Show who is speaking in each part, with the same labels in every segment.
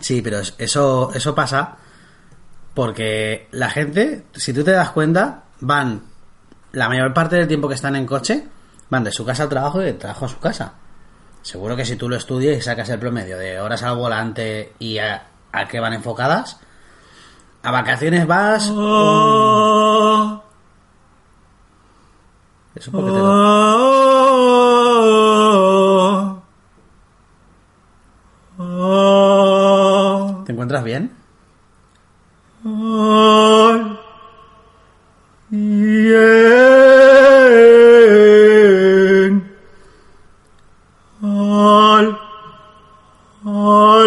Speaker 1: Sí, pero eso, eso pasa porque la gente, si tú te das cuenta, van la mayor parte del tiempo que están en coche, van de su casa al trabajo y del trabajo a su casa. Seguro que si tú lo estudias y sacas el promedio de horas al volante y a, a qué van enfocadas, a vacaciones vas.
Speaker 2: Oh.
Speaker 1: Eso porque te lo... ¿Te encuentras bien?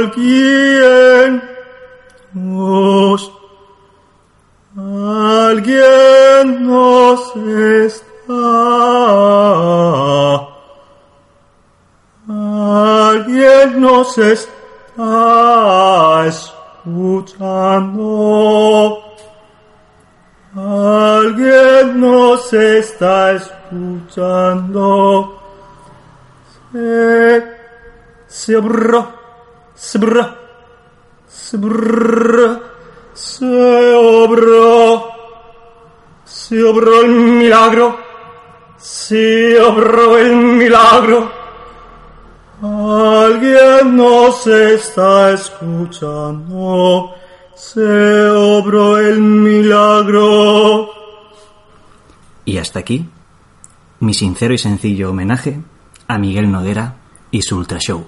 Speaker 2: Alguien nos, alguien nos está, alguien nos está escuchando, alguien nos está escuchando. Se, se abra. Sbr, sbr, se obró, se obró el milagro, se obró el milagro. Alguien nos está escuchando, se obró el milagro.
Speaker 3: Y hasta aquí, mi sincero y sencillo homenaje a Miguel Nodera y su Ultra Show.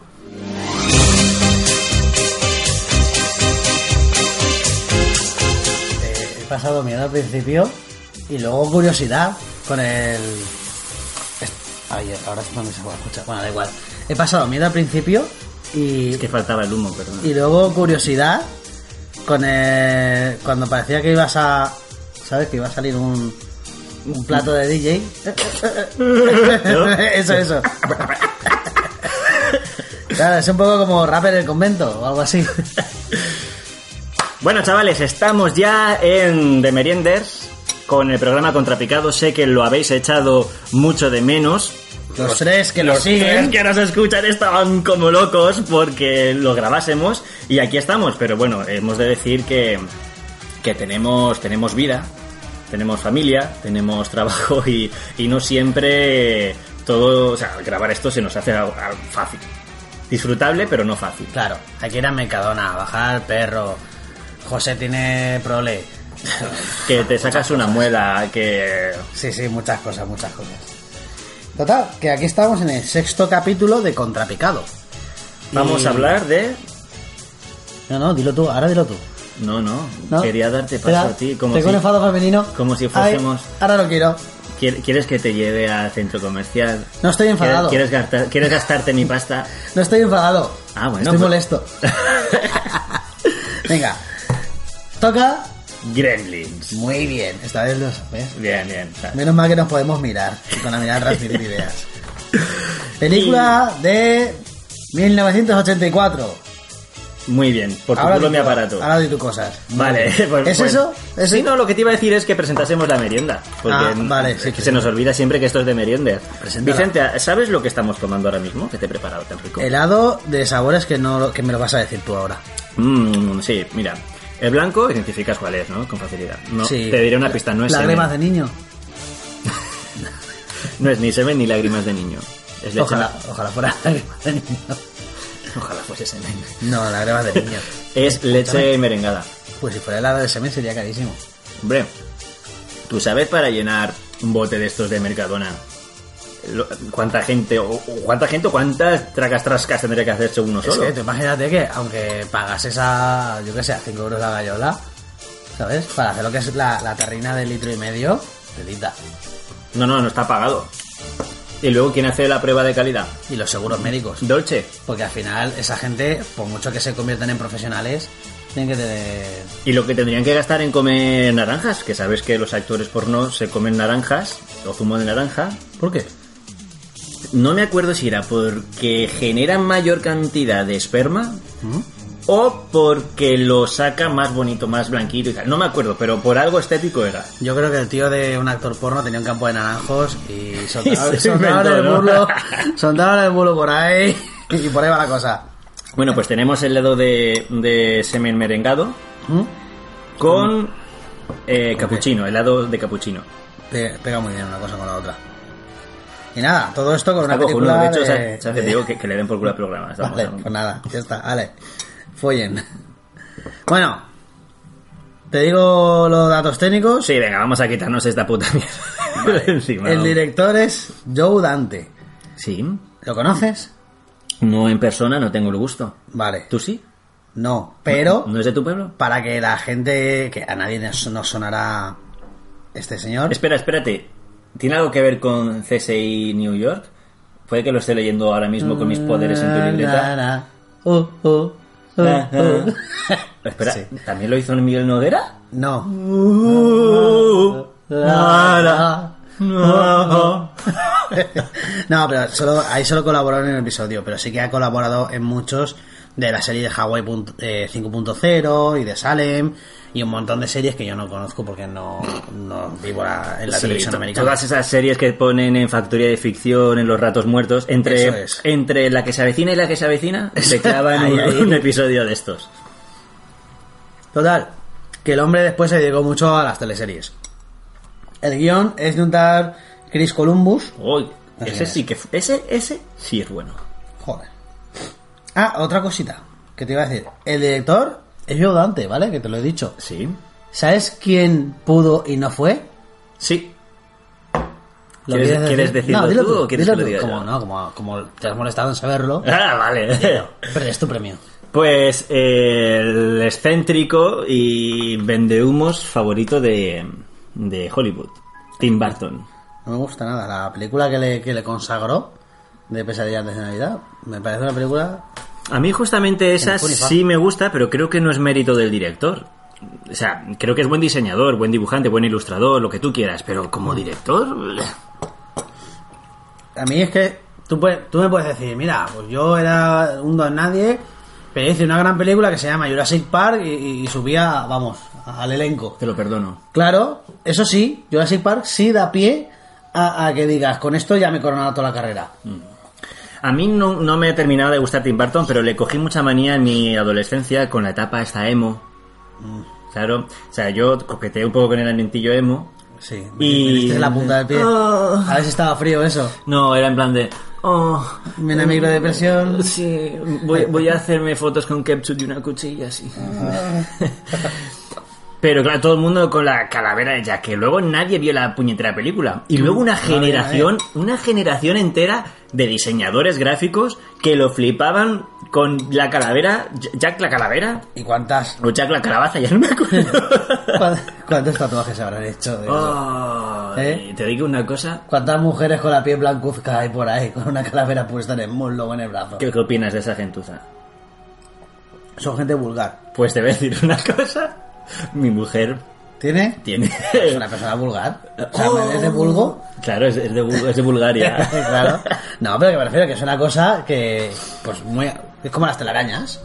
Speaker 1: He pasado miedo al principio y luego curiosidad con el. Est- Ay, ahora esto no se puede escuchar. Bueno, da igual. He pasado miedo al principio y,
Speaker 3: Es que faltaba el humo, perdón.
Speaker 1: y luego curiosidad con el. Cuando parecía que ibas a. ¿Sabes? Que iba a salir un. Un plato de DJ. eso, eso. Claro, es un poco como rapper en el convento o algo así.
Speaker 3: Bueno, chavales, estamos ya en The Merienders con el programa Contrapicado. Sé que lo habéis echado mucho de menos.
Speaker 1: Los tres que lo
Speaker 3: Los tres
Speaker 1: siguen.
Speaker 3: que nos escuchan estaban como locos porque lo grabásemos y aquí estamos. Pero bueno, hemos de decir que, que tenemos, tenemos vida, tenemos familia, tenemos trabajo y, y no siempre todo. O sea, grabar esto se nos hace a- a- fácil. Disfrutable, pero no fácil.
Speaker 1: Claro, hay que ir a Mercadona, bajar perro. José tiene prole.
Speaker 3: Que te sacas una muela, que
Speaker 1: Sí, sí, muchas cosas, muchas cosas. Total, que aquí estamos en el sexto capítulo de Contrapicado.
Speaker 3: Vamos
Speaker 1: Y-
Speaker 3: a hablar de.
Speaker 1: No, no, dilo tú, ahora dilo tú.
Speaker 3: No, no,
Speaker 1: ¿no?
Speaker 3: Quería darte paso
Speaker 1: Espera,
Speaker 3: a ti. Como
Speaker 1: tengo
Speaker 3: si-
Speaker 1: un enfado femenino.
Speaker 3: como si
Speaker 1: Ay,
Speaker 3: fuésemos-
Speaker 1: ahora lo quiero.
Speaker 3: ¿Quier- ¿Quieres que te lleve al centro comercial?
Speaker 1: No estoy enfadado.
Speaker 3: ¿Quieres, gastar- quieres gastarte mi pasta?
Speaker 1: No estoy enfadado.
Speaker 3: Ah, bueno,
Speaker 1: Estoy
Speaker 3: pues-
Speaker 1: molesto. Venga. Toca.
Speaker 3: Gremlins.
Speaker 1: Muy bien. Esta vez lo sabes.
Speaker 3: Bien, bien. o sea,
Speaker 1: Menos mal que nos podemos mirar y con la mirada transmitir ideas. Película de 1984.
Speaker 3: Muy bien. Por tu
Speaker 1: Ahora
Speaker 3: culo
Speaker 1: di
Speaker 3: mi
Speaker 1: tú-
Speaker 3: aparato.
Speaker 1: Ahora di tú cosas.
Speaker 3: Vale,
Speaker 1: ¿Es
Speaker 3: pues- pues-
Speaker 1: eso? ¿Es
Speaker 3: sí,
Speaker 1: eso?
Speaker 3: no, lo que te iba a decir es que presentásemos la merienda. Porque
Speaker 1: Ah,
Speaker 3: mm,
Speaker 1: vale, sí,
Speaker 3: que
Speaker 1: sí,
Speaker 3: se
Speaker 1: sí.
Speaker 3: nos olvida siempre que esto es de merienda.
Speaker 1: Preséntala.
Speaker 3: Vicente, ¿sabes lo que estamos tomando ahora mismo? Que te he preparado tan rico.
Speaker 1: Helado de sabores que no que me lo vas a decir tú ahora.
Speaker 3: Mm, sí, mira. El blanco identificas cuál es, ¿no? Con facilidad. No,
Speaker 1: Sí.
Speaker 3: Te diré una pista, no es
Speaker 1: Lágrimas
Speaker 3: semen.
Speaker 1: de niño.
Speaker 3: No es ni semen ni lágrimas de niño. Es leche
Speaker 1: Ojalá, ojalá fuera lágrimas de niño.
Speaker 3: Ojalá fuese semen.
Speaker 1: No, lágrimas de niño.
Speaker 3: Es leche merengada.
Speaker 1: Pues si fuera helado de semen sería carísimo.
Speaker 3: Hombre, tú sabes para llenar un bote de estos de Mercadona lo- cuánta gente o, o cuánta gente o cuántas tracas trascas tendría que hacerse uno
Speaker 1: Es
Speaker 3: solo.
Speaker 1: que tú imagínate que aunque pagases a, yo que sé, a 5 euros la gallola, ¿sabes? Para hacer lo que es la, la terrina de litro y medio, telita.
Speaker 3: No, no, no está pagado. Y luego, ¿quién hace la prueba de calidad?
Speaker 1: Y los
Speaker 3: Mm.
Speaker 1: seguros médicos.
Speaker 3: Dolce.
Speaker 1: Porque al final, esa gente, por mucho que se conviertan en profesionales, tienen que tener.
Speaker 3: Y lo que tendrían que gastar en comer naranjas, que sabes que los actores porno se comen naranjas o zumo de naranja.
Speaker 1: ¿Por qué?
Speaker 3: No me acuerdo si era porque generan mayor cantidad de esperma
Speaker 1: ¿Mm?
Speaker 3: o porque lo saca más bonito, más blanquito y tal. No me acuerdo, pero por algo estético era.
Speaker 1: Yo creo que el tío de un actor porno tenía un campo de naranjos y
Speaker 3: se
Speaker 1: soltaron, soltaron
Speaker 3: inventó,
Speaker 1: el
Speaker 3: ¿no?
Speaker 1: burlo. soltaron el burlo por ahí y por ahí va la cosa.
Speaker 3: Bueno, pues tenemos el dedo de, de semen merengado
Speaker 1: ¿Mm?
Speaker 3: con eh, capuchino, helado de capuchino.
Speaker 1: Pe- Pega muy bien una cosa con la otra. Y nada, todo esto con una
Speaker 3: Está cojonudo,
Speaker 1: película.
Speaker 3: de hecho,
Speaker 1: de-
Speaker 3: ¿sabes? ¿sabes?
Speaker 1: de-
Speaker 3: Te digo que, que le den por culo al programa. estamos-
Speaker 1: Vale, pues nada, ya está, vale. Follen. Bueno, te digo los datos técnicos.
Speaker 3: Sí, venga, vamos a quitarnos esta puta mierda. de encima,
Speaker 1: El
Speaker 3: ¿no?
Speaker 1: director es Joe Dante.
Speaker 3: Sí.
Speaker 1: ¿Lo conoces?
Speaker 3: No en persona, no tengo el gusto.
Speaker 1: Vale.
Speaker 3: ¿Tú sí?
Speaker 1: No, pero
Speaker 3: ¿No es de tu pueblo?
Speaker 1: para que la gente, que a nadie nos nos sonará este señor.
Speaker 3: Espera, espérate. ¿Tiene algo que ver con CSI New York? Puede que lo esté leyendo ahora mismo con mis poderes en tu
Speaker 1: Na,
Speaker 3: libreta.
Speaker 1: na. Oh, oh, oh,
Speaker 3: Ah, ah.
Speaker 1: oh.
Speaker 3: Espera,
Speaker 1: Sí.
Speaker 3: ¿también lo hizo Miguel Noguera?
Speaker 1: No. No, pero solo, ahí solo colaboraron en el episodio, pero sí que ha colaborado en muchos de la serie de Hawaii punt- eh, 5.0 y de Salem y un montón de series que yo no conozco porque no, no vivo la- en la
Speaker 3: Sí,
Speaker 1: televisión
Speaker 3: to-
Speaker 1: americana.
Speaker 3: Todas esas series que ponen en Factoría de Ficción, en Los Ratos Muertos, entre,
Speaker 1: Eso es.
Speaker 3: entre la que se avecina y la que se avecina, se clavan
Speaker 1: Ahí,
Speaker 3: un,
Speaker 1: ahí.
Speaker 3: un episodio de estos.
Speaker 1: Total, que el hombre después se dedicó mucho a las teleseries. El guión es de un tal Chris Columbus.
Speaker 3: Uy,
Speaker 1: Así
Speaker 3: ese
Speaker 1: es.
Speaker 3: sí que... fu- Ese, ese sí es bueno.
Speaker 1: Joder. Ah, otra cosita que te iba a decir. El director es Joe Dante, ¿vale? Que te lo he dicho.
Speaker 3: Sí.
Speaker 1: ¿Sabes quién pudo y no fue?
Speaker 3: Sí.
Speaker 1: ¿Lo
Speaker 3: ¿Quieres- quieres decirlo
Speaker 1: no, dilo
Speaker 3: tú o quieres
Speaker 1: dilo
Speaker 3: que lo
Speaker 1: tú.
Speaker 3: diga yo?
Speaker 1: Como, no, como, como te has molestado en saberlo,
Speaker 3: Ah, vale.
Speaker 1: perdes tu premio.
Speaker 3: Pues eh, el excéntrico y vendehumos favorito de, de Hollywood, Tim Burton.
Speaker 1: No me gusta nada. La película que le, que le consagró de Pesadillas de Navidad me parece una película...
Speaker 3: A mí justamente esa
Speaker 1: El Purifa.
Speaker 3: sí me gusta, pero creo que no es mérito del director. O sea, creo que es buen diseñador, buen dibujante, buen ilustrador, lo que tú quieras, pero como director...
Speaker 1: A mí es que tú, puedes- tú me puedes decir, mira, pues yo era un don nadie, pero hice una gran película que se llama Jurassic Park y, y- y subía, vamos, al elenco.
Speaker 3: Te lo perdono.
Speaker 1: Claro, eso sí, Jurassic Park sí da pie a, a que digas, con esto ya me he coronado toda la carrera.
Speaker 3: A mí no, no me terminaba de gustar Tim Burton, pero le cogí mucha manía en mi adolescencia con la etapa esta emo. Mm. Claro, o sea, yo coqueteé un poco con el ambientillo emo,
Speaker 1: Sí,
Speaker 3: Y-
Speaker 1: me diste en la punta del pie.
Speaker 3: Oh.
Speaker 1: A ver si estaba frío eso.
Speaker 3: No, era en plan de. Oh,
Speaker 1: Me da microdepresión.
Speaker 3: Sí, voy, voy a hacerme fotos con ketchup y una cuchilla, sí. Pero claro, todo el mundo con la calavera de Jack, que luego nadie vio la puñetera película. Y luego una
Speaker 1: nadie,
Speaker 3: generación, una generación entera de diseñadores gráficos que lo flipaban con la calavera, Jack la calavera,
Speaker 1: ¿Y cuántas,
Speaker 3: o Jack la calabaza, ya no me acuerdo.
Speaker 1: cuán- cuántos tatuajes habrán hecho? de eso?
Speaker 3: Oh,
Speaker 1: ¿Eh?
Speaker 3: y Te digo una cosa,
Speaker 1: ¿Cuántas mujeres con la piel blancuzca hay por ahí con una calavera puesta en el muslo o en el brazo?
Speaker 3: ¿qué, qué opinas de esa gentuza?
Speaker 1: Son gente vulgar.
Speaker 3: Pues te voy a decir una cosa. Mi mujer
Speaker 1: ¿Tiene?
Speaker 3: tiene.
Speaker 1: Es una persona vulgar. O sea,
Speaker 3: Oh.
Speaker 1: ¿me- ¿es de vulgo?
Speaker 3: Claro, es, es de, Bul- es de Bulgaria.
Speaker 1: claro. No, pero que me refiero que es una cosa que. Pues muy. Es como las telarañas.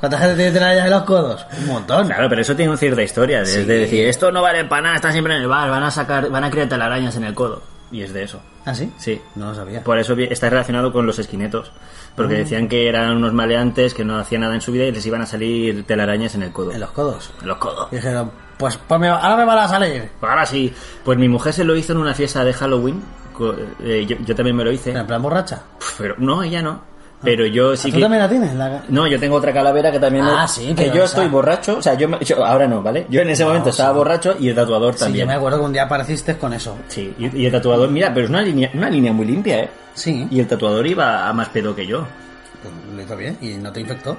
Speaker 1: ¿Cuánta gente tiene telarañas en los codos? Un montón.
Speaker 3: Claro, pero eso tiene una cierta historia. Es de decir, esto no vale para nada, está siempre en el bar, van a sacar, van a crear telarañas en el codo. Y es de eso.
Speaker 1: ¿Ah, sí?
Speaker 3: Sí.
Speaker 1: No lo sabía.
Speaker 3: Por eso vi- está relacionado con los esquinetos.
Speaker 1: Mm.
Speaker 3: Porque decían que eran unos maleantes que no hacían nada en su vida y les iban a salir telarañas en el codo.
Speaker 1: En los codos.
Speaker 3: En los codos.
Speaker 1: Y dijeron, pues, pues me- ahora me van a salir.
Speaker 3: Ahora sí. Pues mi mujer se lo hizo en una fiesta de Halloween. co- eh, yo, yo también me lo hice.
Speaker 1: En plan borracha.
Speaker 3: Pero no, ella no. Pero yo sí
Speaker 1: Ah. ¿Tú
Speaker 3: que.
Speaker 1: también la tienes? La...
Speaker 3: No, yo tengo otra calavera que también.
Speaker 1: Ah, sí,
Speaker 3: que
Speaker 1: pero esa- Ah,
Speaker 3: yo estoy borracho. O sea, yo, me- yo- ahora no, ¿vale? Yo en ese momento estaba borracho y el tatuador
Speaker 1: Sí, yo
Speaker 3: también.
Speaker 1: me acuerdo que un día apareciste con eso.
Speaker 3: Sí, y, y el tatuador, mira, pero es una línea, una línea muy limpia, ¿eh?
Speaker 1: Sí.
Speaker 3: Y el tatuador iba a más pedo que yo.
Speaker 1: Pues lo hizo bien y no te infectó.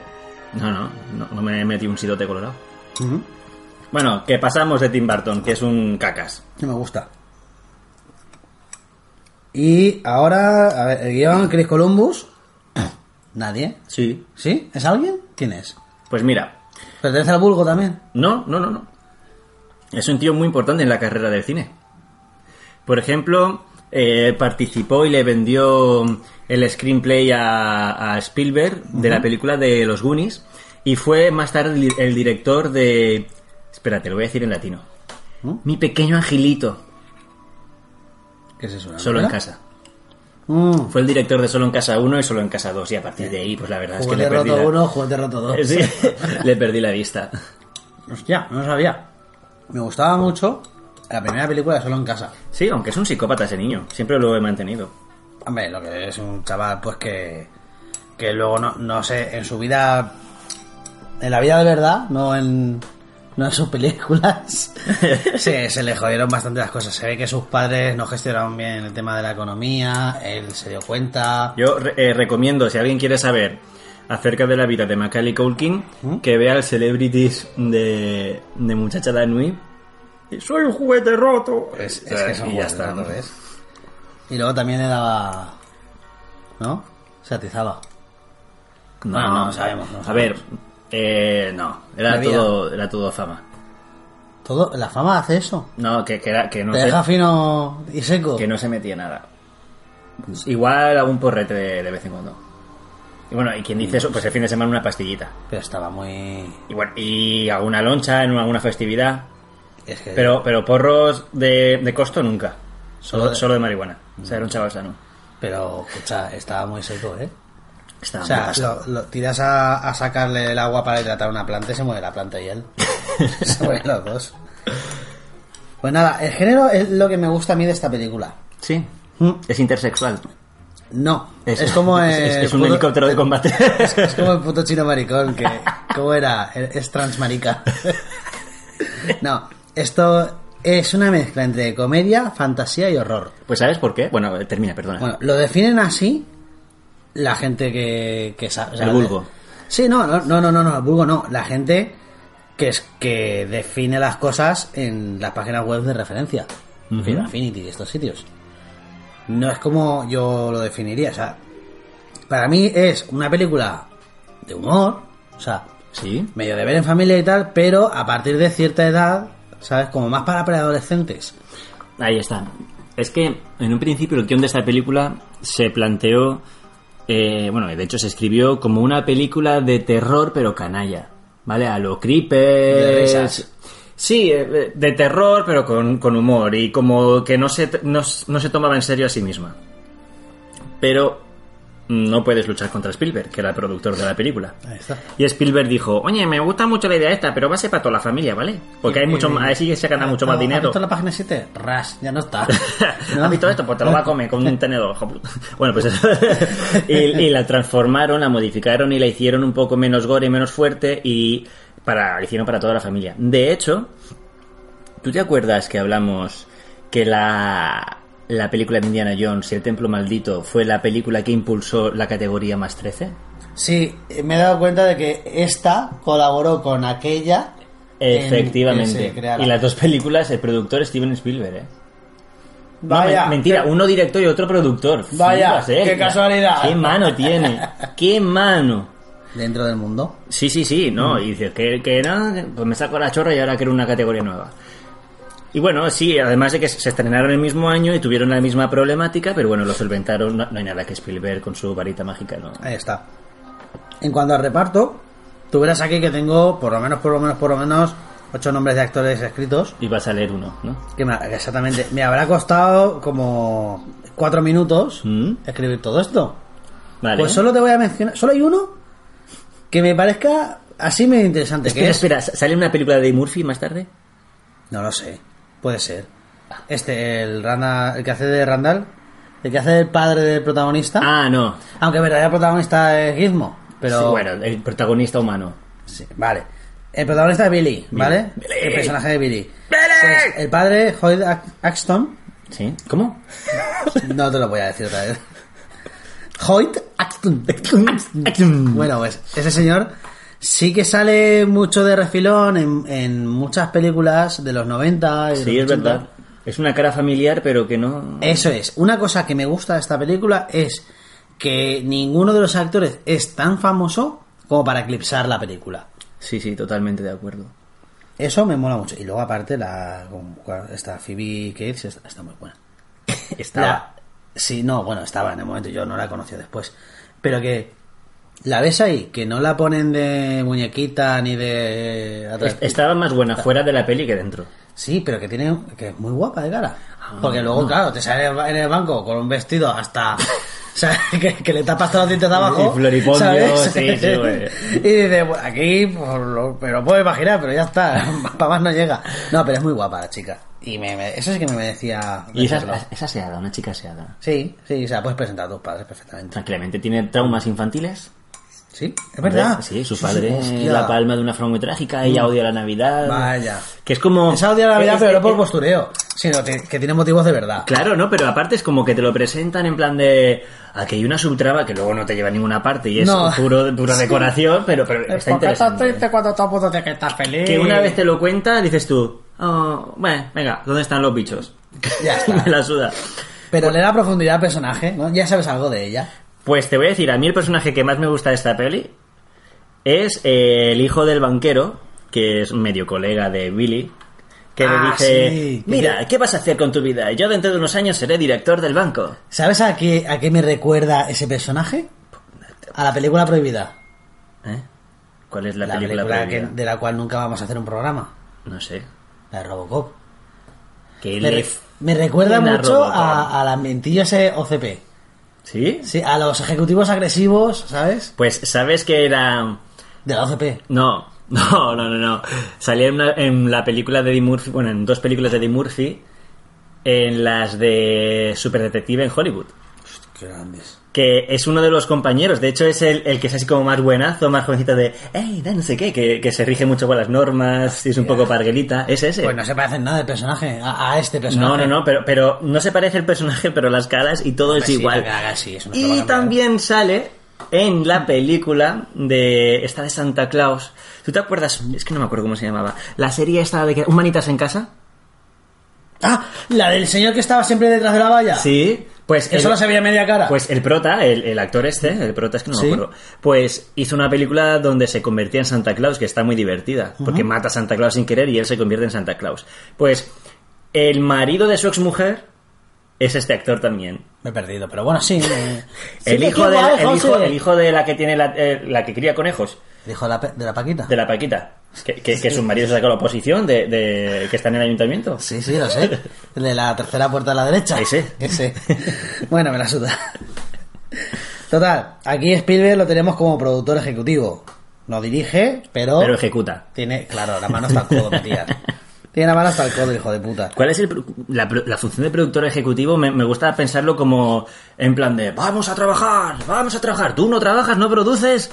Speaker 3: No, no, no, no me metí un sidote colorado. Bueno, que pasamos de Tim Burton, que es un cacas.
Speaker 1: Que me gusta. Y ahora, a ver, el guión Chris Columbus. Nadie.
Speaker 3: Sí.
Speaker 1: ¿Sí? ¿Es alguien? ¿Quién es?
Speaker 3: Pues mira,
Speaker 1: ¿Pertenece al vulgo también?
Speaker 3: no, no, no, no. Es un tío muy importante en la carrera del cine. Por ejemplo, eh, participó y le vendió el screenplay a, a Spielberg de la película de Los Goonies y fue más tarde el- el director de... Espérate, lo voy a decir en latino. Mi pequeño angelito,
Speaker 1: ¿Qué es eso? ¿La
Speaker 3: solo en
Speaker 1: novela?
Speaker 3: casa.
Speaker 1: Mm,
Speaker 3: Fue el director de Solo en Casa 1 y Solo en Casa 2 y a partir de ahí, pues la verdad es que
Speaker 1: juguete
Speaker 3: le perdí,
Speaker 1: roto
Speaker 3: la...
Speaker 1: uno, juguete roto dos.
Speaker 3: Sí, le perdí la vista.
Speaker 1: Hostia, no lo sabía. Me gustaba mucho la primera película de Solo en Casa.
Speaker 3: Sí, aunque es un psicópata ese niño, siempre lo he mantenido.
Speaker 1: Hombre, lo que es un chaval, pues que. que luego no, no sé, en su vida. en la vida de verdad, no en. no en sus películas. se, se le jodieron bastante las cosas. Se ve que sus padres no gestionaron bien el tema de la economía, él se dio cuenta.
Speaker 3: Yo re- eh, recomiendo, si alguien quiere saber acerca de la vida de Macaulay Culkin,
Speaker 1: ¿Mm?
Speaker 3: que vea el Celebrities de, de Muchacha Danui. Y Soy un juguete roto.
Speaker 1: pues, Es, es que son
Speaker 3: y ya
Speaker 1: buenos,
Speaker 3: está.
Speaker 1: ¿no? ¿Ves? Y luego también le daba. ¿No? Se atizaba.
Speaker 3: No,
Speaker 1: Bueno, Ah, no, sabemos, no
Speaker 3: A ver, eh, no, era
Speaker 1: Bebía.
Speaker 3: todo, era todo fama.
Speaker 1: Todo, la fama hace eso.
Speaker 3: No, que, que, era- que no
Speaker 1: Te
Speaker 3: se-
Speaker 1: deja fino y seco.
Speaker 3: que no se metía nada. Igual algún porrete de, de vez en cuando. Y bueno, y quien
Speaker 1: Mm.
Speaker 3: dice eso, pues el fin de semana una pastillita.
Speaker 1: Pero estaba muy.
Speaker 3: Y bueno, y alguna loncha en alguna festividad.
Speaker 1: Es que
Speaker 3: Pero, pero porros de, de costo nunca. Solo,
Speaker 1: Solo de-
Speaker 3: de... solo de marihuana. O sea, era un chaval sano.
Speaker 1: Pero, escucha, estaba muy seco, ¿eh?
Speaker 3: Estaba
Speaker 1: O
Speaker 3: muy
Speaker 1: sea,
Speaker 3: pasado.
Speaker 1: lo, lo tiras a, a sacarle el agua para hidratar una planta y se muere la planta y él. se mueren los dos. Pues nada, el género es lo que me gusta a mí de esta película.
Speaker 3: Sí.
Speaker 1: Mm.
Speaker 3: Es intersexual.
Speaker 1: No, es, como el
Speaker 3: es, es un
Speaker 1: puto-
Speaker 3: helicóptero de combate.
Speaker 1: Es como el puto chino maricón que... ¿Cómo era? Es transmarica. No, esto es una mezcla entre comedia, fantasía y horror.
Speaker 3: pues ¿sabes por qué? Bueno, eh, termina, perdona.
Speaker 1: Bueno, lo definen así la gente que, que sabe. o sea,
Speaker 3: El vulgo.
Speaker 1: de- Sí, no, no, no, no, no, no, el vulgo no. La gente que es que define las cosas en las páginas web de referencia.
Speaker 3: Ujú.
Speaker 1: Film Affinity y estos sitios. No es como yo lo definiría, o sea. Para mí es una película de humor, o sea,
Speaker 3: Sí.
Speaker 1: medio de ver en familia y tal, pero a partir de cierta edad, ¿sabes? Como más para preadolescentes.
Speaker 3: Ahí está. Es que en un principio el guión de esta película se planteó, eh, bueno, de hecho se escribió como una película de terror pero canalla, ¿vale? A lo
Speaker 1: De
Speaker 3: creeper.
Speaker 1: risas.
Speaker 3: Sí, eh, de terror pero con, con humor y como que no se, no, s- no se tomaba en serio a sí misma. Pero no puedes luchar contra Spielberg, que era el productor de la película.
Speaker 1: Ahí está.
Speaker 3: Y Spielberg dijo, oye, me gusta mucho la idea esta, pero va a ser para toda la familia, ¿vale? Porque hay
Speaker 1: Eh,
Speaker 3: mucho, más- así se
Speaker 1: ah,
Speaker 3: gana mucho más
Speaker 1: ¿Has
Speaker 3: dinero.
Speaker 1: visto la página 7? Ras, ya no está.
Speaker 3: ¿Has visto esto? Pues te lo va a comer con un tenedor. hijo puta. Bueno, pues eso. y, y la transformaron, la modificaron y la hicieron un poco menos gore y menos fuerte y para, la hicieron para toda la familia. De hecho, ¿tú te acuerdas que hablamos que la, la película de Indiana Jones y el Templo Maldito fue la película que impulsó la categoría más 13?
Speaker 1: Sí, me he dado cuenta de que esta colaboró con aquella. en que
Speaker 3: Efectivamente.
Speaker 1: se creara.
Speaker 3: y las dos películas, el productor Steven Spielberg, ¿eh? No,
Speaker 1: Vaya,
Speaker 3: men- mentira, uno director y otro productor.
Speaker 1: Vaya,
Speaker 3: Flipas, ¿eh?
Speaker 1: qué casualidad.
Speaker 3: Qué mano tiene. Qué mano.
Speaker 1: Dentro del mundo.
Speaker 3: Sí, sí, sí,
Speaker 1: Mm.
Speaker 3: no. Y dices que, que no, que- pues me saco la chorra y ahora quiero una categoría nueva. Y bueno, sí, además de que se estrenaron el mismo año y tuvieron la misma problemática, pero bueno, lo solventaron. No, no hay nada que Spielberg con su varita mágica, ¿no?
Speaker 1: Ahí está. En cuanto al reparto, tú verás aquí que tengo por lo menos, por lo menos, por lo menos ocho nombres de actores escritos.
Speaker 3: Y va a salir uno, ¿no?
Speaker 1: Que me- exactamente, me habrá costado como cuatro minutos
Speaker 3: Mm.
Speaker 1: escribir todo esto.
Speaker 3: Vale.
Speaker 1: Pues solo te voy a mencionar, solo hay uno que me parezca así medio interesante,
Speaker 3: espera,
Speaker 1: que es
Speaker 3: espera, ¿sale una película de Murphy más tarde?
Speaker 1: No lo sé. Puede ser. Este, el Randa, el que hace de Randall, el que hace el padre del protagonista.
Speaker 3: Ah, no.
Speaker 1: Aunque el verdadero protagonista es Gizmo. Pero.
Speaker 3: Sí, bueno, el protagonista humano.
Speaker 1: Sí, vale. El protagonista es Billy, ¿vale?
Speaker 3: Billy.
Speaker 1: El personaje de Billy. Pues, el padre, Hoyt Ac- Axton.
Speaker 3: ¿Sí? ¿Cómo?
Speaker 1: No te lo voy a decir otra vez. Hoyt Axton. Bueno, pues ese señor sí que sale mucho de refilón en, en muchas películas de los 90 y de
Speaker 3: Sí,
Speaker 1: los
Speaker 3: es verdad. Es una cara familiar, pero que no.
Speaker 1: Eso es. Una cosa que me gusta de esta película es que ninguno de los actores es tan famoso como para eclipsar la película.
Speaker 3: Sí, sí, totalmente de acuerdo.
Speaker 1: Eso me mola mucho. Y luego, aparte, la esta Phoebe Cates está, está muy buena.
Speaker 3: Estaba.
Speaker 1: La- sí, no, bueno, estaba en el momento. Yo no la conocí después. Pero que la ves ahí, que no la ponen de muñequita ni de... atrás-
Speaker 3: Est- Estaba más buena fuera de la peli que dentro.
Speaker 1: Sí, pero que tiene que es muy guapa de cara.
Speaker 3: Ah.
Speaker 1: Porque luego, claro, te sale en el banco con un vestido hasta. o sea, que, que le tapas todos los dientes de abajo.
Speaker 3: Y floripondio, sí, sí, güey.
Speaker 1: y dices, bueno, aquí, pues, lo, me lo puedo imaginar, pero ya está. Para más no llega. No, pero es muy guapa la chica. Y me, me- eso sí que me merecía.
Speaker 3: Y
Speaker 1: decirlo.
Speaker 3: esa, esa seada, una chica seada.
Speaker 1: Sí, sí, o sea, puedes presentar a tus padres perfectamente.
Speaker 3: Tranquilamente tiene traumas infantiles.
Speaker 1: Sí, es verdad.
Speaker 3: Sí, su
Speaker 1: sí,
Speaker 3: padre
Speaker 1: hostia. Mm.
Speaker 3: la palma de una forma muy trágica. Ella odia la Navidad.
Speaker 1: Vaya.
Speaker 3: Que es como.
Speaker 1: Esa odia la vida,
Speaker 3: es-
Speaker 1: pero no
Speaker 3: es-
Speaker 1: por postureo, sino que, que tiene motivos de verdad.
Speaker 3: Claro, ¿no? Pero aparte es como que te lo presentan en plan de... Aquí hay una subtrama que luego no te lleva a ninguna parte y es
Speaker 1: No.
Speaker 3: puro, pura decoración, pero, pero está interesante. ¿eh?
Speaker 1: cuando todo mundo te ¿eh? que estás feliz?
Speaker 3: Que una vez te lo cuenta, dices tú... "Oh, bueno, venga, ¿dónde están los bichos?
Speaker 1: Ya está.
Speaker 3: Me la suda.
Speaker 1: Pero le da profundidad al personaje, ¿no? Ya sabes algo de ella.
Speaker 3: Pues te voy a decir, a mí el personaje que más me gusta de esta peli es eh, el hijo del banquero, que es medio colega de Billy, que le
Speaker 1: Ah,
Speaker 3: dice,
Speaker 1: sí, que
Speaker 3: mira, ¿qué vas a hacer con tu vida? Yo dentro de unos años seré director del banco.
Speaker 1: ¿Sabes a qué, a qué me recuerda ese personaje? A la película prohibida.
Speaker 3: ¿Eh? ¿Cuál es la, película,
Speaker 1: que-
Speaker 3: prohibida?
Speaker 1: de la cual nunca vamos a hacer un programa.
Speaker 3: No sé.
Speaker 1: La de Robocop.
Speaker 3: Que
Speaker 1: Me,
Speaker 3: le-
Speaker 1: re- me recuerda
Speaker 3: Una
Speaker 1: mucho
Speaker 3: Robocop.
Speaker 1: a, a las mentillas eh, OCP.
Speaker 3: ¿Sí?
Speaker 1: Sí, a los ejecutivos agresivos, ¿sabes?
Speaker 3: Pues sabes que era...
Speaker 1: De la OCP.
Speaker 3: No, no, no, no, no. Salía en, una- en la película de Eddie Murphy, bueno, en dos películas de Eddie Murphy, en las de Superdetective en Hollywood.
Speaker 1: Qué grandes.
Speaker 3: que es uno de los compañeros, de hecho es el, el que es así como más buenazo, más jovencito de, hey, da no sé qué, que, que se rige mucho por las normas, y es un poco parguelita, es ese.
Speaker 1: Pues no se parecen nada el personaje, a, a este
Speaker 3: no,
Speaker 1: personaje.
Speaker 3: no, no, pero, pero no se parece el personaje, pero las caras y todo
Speaker 1: Pues
Speaker 3: es
Speaker 1: sí,
Speaker 3: igual.
Speaker 1: la cara sí, eso no se lo va a
Speaker 3: y
Speaker 1: cambiar.
Speaker 3: también sale en la película de esta de Santa Claus. ¿Tú te acuerdas? Es que no me acuerdo cómo se llamaba. La serie esta de que... Humanitas en casa.
Speaker 1: Ah, la del señor que estaba siempre detrás de la valla.
Speaker 3: Sí. Pues
Speaker 1: Eso
Speaker 3: el-
Speaker 1: lo sabía media cara.
Speaker 3: Pues el prota, el, el actor este, el prota es que no
Speaker 1: Sí.
Speaker 3: me acuerdo, pues hizo una película donde se convertía en Santa Claus, que está muy divertida, porque mata a Santa Claus sin querer y él se convierte en Santa Claus. Pues el marido de su exmujer es este actor también.
Speaker 1: Me he perdido, pero bueno, sí. eh, sí
Speaker 3: El
Speaker 1: que
Speaker 3: hijo, de,
Speaker 1: igual,
Speaker 3: el, hijo,
Speaker 1: José.
Speaker 3: el hijo de la que tiene la, eh, la que cría conejos,
Speaker 1: El hijo de la, pe- de la Paquita.
Speaker 3: de la Paquita, que, que, que su marido se sacó la oposición de, de- que está en el ayuntamiento.
Speaker 1: Sí, sí, lo sé. El de la tercera puerta a la derecha.
Speaker 3: Ese.
Speaker 1: Ese. Bueno, me la suda. Total, aquí Spielberg lo tenemos como productor ejecutivo. No dirige, pero,
Speaker 3: Pero ejecuta.
Speaker 1: tiene, claro, la mano hasta el codo, Matías. Tiene la mano hasta el codo, hijo de puta.
Speaker 3: ¿Cuál es el pro- la, pro- la función de productor ejecutivo? Me, me gusta pensarlo como en plan de vamos a trabajar, vamos a trabajar. Tú no trabajas, no produces,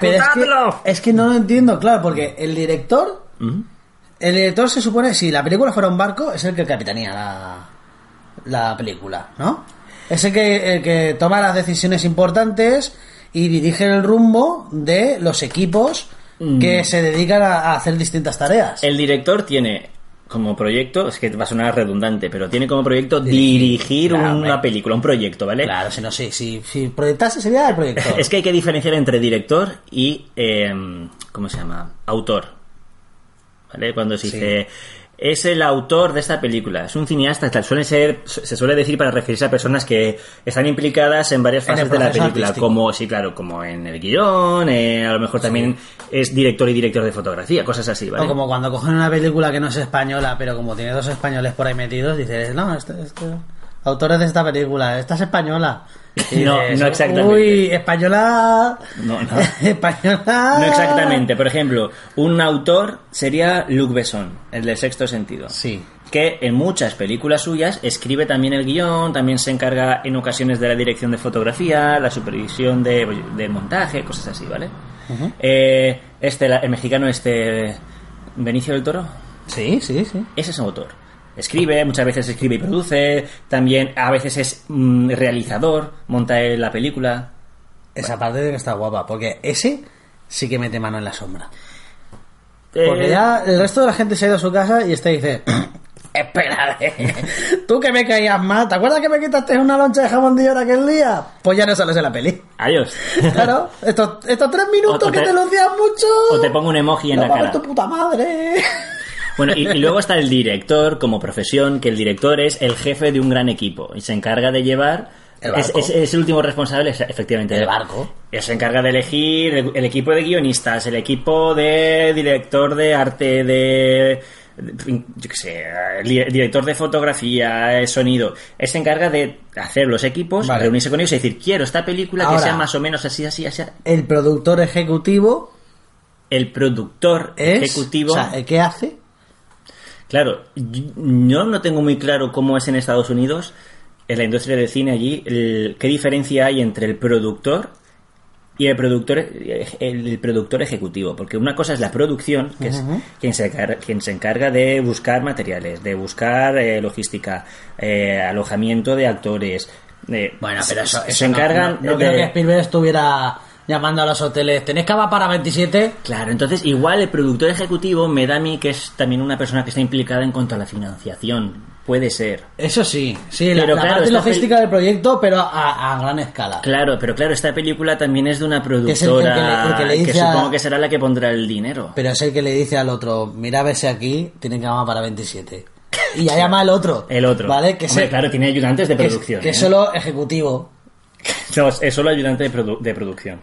Speaker 1: Pero es
Speaker 3: ejecutadlo.
Speaker 1: que, es que no lo entiendo, claro, porque el director,
Speaker 3: Mm.
Speaker 1: el director se supone, si la película fuera un barco, es el que capitanía la, la película, ¿no? Es el que, el que toma las decisiones importantes y dirige el rumbo de los equipos que se dedican a, a hacer distintas tareas.
Speaker 3: Mm. El director tiene como proyecto, es que va a sonar redundante, pero tiene como proyecto dirigir
Speaker 1: Claro,
Speaker 3: una
Speaker 1: hombre.
Speaker 3: película, un proyecto, ¿vale?
Speaker 1: Claro, si no sé, si, si proyectase sería el proyector.
Speaker 3: Es que hay que diferenciar entre director y em, ¿cómo se llama? autor. ¿Vale? Cuando se
Speaker 1: Sí.
Speaker 3: dice es el autor de esta película, es un cineasta, tal. Suele ser, se suele decir para referirse a personas que están implicadas en varias
Speaker 1: En el
Speaker 3: fases de la
Speaker 1: proceso
Speaker 3: película,
Speaker 1: artístico.
Speaker 3: como sí, claro, como en el guión, eh, a lo mejor también es director y director de fotografía, cosas así, ¿vale?
Speaker 1: O como cuando cogen una película que no es española, pero como tiene dos españoles por ahí metidos, dices, no, este, este- autores de esta película, esta es española.
Speaker 3: No,
Speaker 1: dices,
Speaker 3: no exactamente.
Speaker 1: Uy, española.
Speaker 3: No, no.
Speaker 1: española.
Speaker 3: No exactamente, por ejemplo, un autor sería Luc Besson, el del sexto sentido.
Speaker 1: Sí.
Speaker 3: que en muchas películas suyas escribe también el guión, también se encarga en ocasiones de la dirección de fotografía, la supervisión de, de montaje, cosas así, ¿vale? Eh, este, la- el mexicano este, Benicio del Toro,
Speaker 1: Sí, sí, sí.
Speaker 3: ese es autor. Escribe, muchas veces escribe y produce, también a veces es mm, realizador, monta él la película.
Speaker 1: Esa parte de que está guapa, porque ese sí que mete mano en la sombra.
Speaker 3: Eh,
Speaker 1: Porque ya el resto de la gente se ha ido a su casa y este dice, Espérate. Tú que me caías mal. ¿Te acuerdas que me quitaste una loncha de jamón de york aquel día? Pues ya no sales en la peli.
Speaker 3: Adiós.
Speaker 1: Claro, estos, estos tres minutos
Speaker 3: O
Speaker 1: que
Speaker 3: te-
Speaker 1: te los días mucho.
Speaker 3: O te pongo un emoji en
Speaker 1: no
Speaker 3: la
Speaker 1: mames
Speaker 3: cara.
Speaker 1: tu puta madre.
Speaker 3: Bueno, y, y luego está el director como profesión, que el director es el jefe de un gran equipo y se encarga de llevar...
Speaker 1: El
Speaker 3: es,
Speaker 1: barco.
Speaker 3: es- es el último responsable, es- efectivamente.
Speaker 1: El
Speaker 3: del-
Speaker 1: barco.
Speaker 3: Él se encarga de elegir el, el equipo de guionistas, el equipo de director de arte, de... de- Yo qué sé, el di- director de fotografía, eh, sonido. Él se encarga de hacer los equipos,
Speaker 1: Vale.
Speaker 3: reunirse con ellos y decir, quiero esta película
Speaker 1: Ahora.
Speaker 3: que sea más o menos así, así, así.
Speaker 1: El productor ejecutivo
Speaker 3: El productor
Speaker 1: es.
Speaker 3: ejecutivo...
Speaker 1: O sea, ¿qué hace?
Speaker 3: Claro, y- yo no tengo muy claro cómo es en Estados Unidos, en la industria del cine allí, el- qué diferencia hay entre el productor y el productor, el, el productor ejecutivo. Porque una cosa es la producción, que es quien se, encarga, quien se encarga de buscar materiales, de buscar eh, logística, eh, alojamiento de actores. eh, se- se,
Speaker 1: no-
Speaker 3: encargan
Speaker 1: No, no
Speaker 3: de-
Speaker 1: creo que Spielberg estuviera llamando a los hoteles. ¿Tenéis cava para 27?
Speaker 3: Claro, entonces igual el productor ejecutivo me da a mí que es también una persona que está implicada en cuanto a la financiación. Puede ser.
Speaker 1: Eso sí, sí, la,
Speaker 3: Pero
Speaker 1: la
Speaker 3: claro,
Speaker 1: parte
Speaker 3: esta
Speaker 1: logística del proyecto, pero a, a gran escala.
Speaker 3: Claro, pero claro, esta película también es de una
Speaker 1: es el que- el que le-
Speaker 3: productora
Speaker 1: el que le
Speaker 3: que,
Speaker 1: dice a-
Speaker 3: supongo que será la que pondrá el dinero.
Speaker 1: Pero es el que le dice al otro, mira, vese aquí, tiene cama para 27. Y ya llama al otro.
Speaker 3: El otro.
Speaker 1: ¿Vale? Que es
Speaker 3: Hombre,
Speaker 1: el-
Speaker 3: claro, tiene ayudantes de
Speaker 1: que es-
Speaker 3: producción.
Speaker 1: Que
Speaker 3: ¿eh?
Speaker 1: es solo ejecutivo.
Speaker 3: No, es solo ayudante de, produ- de producción.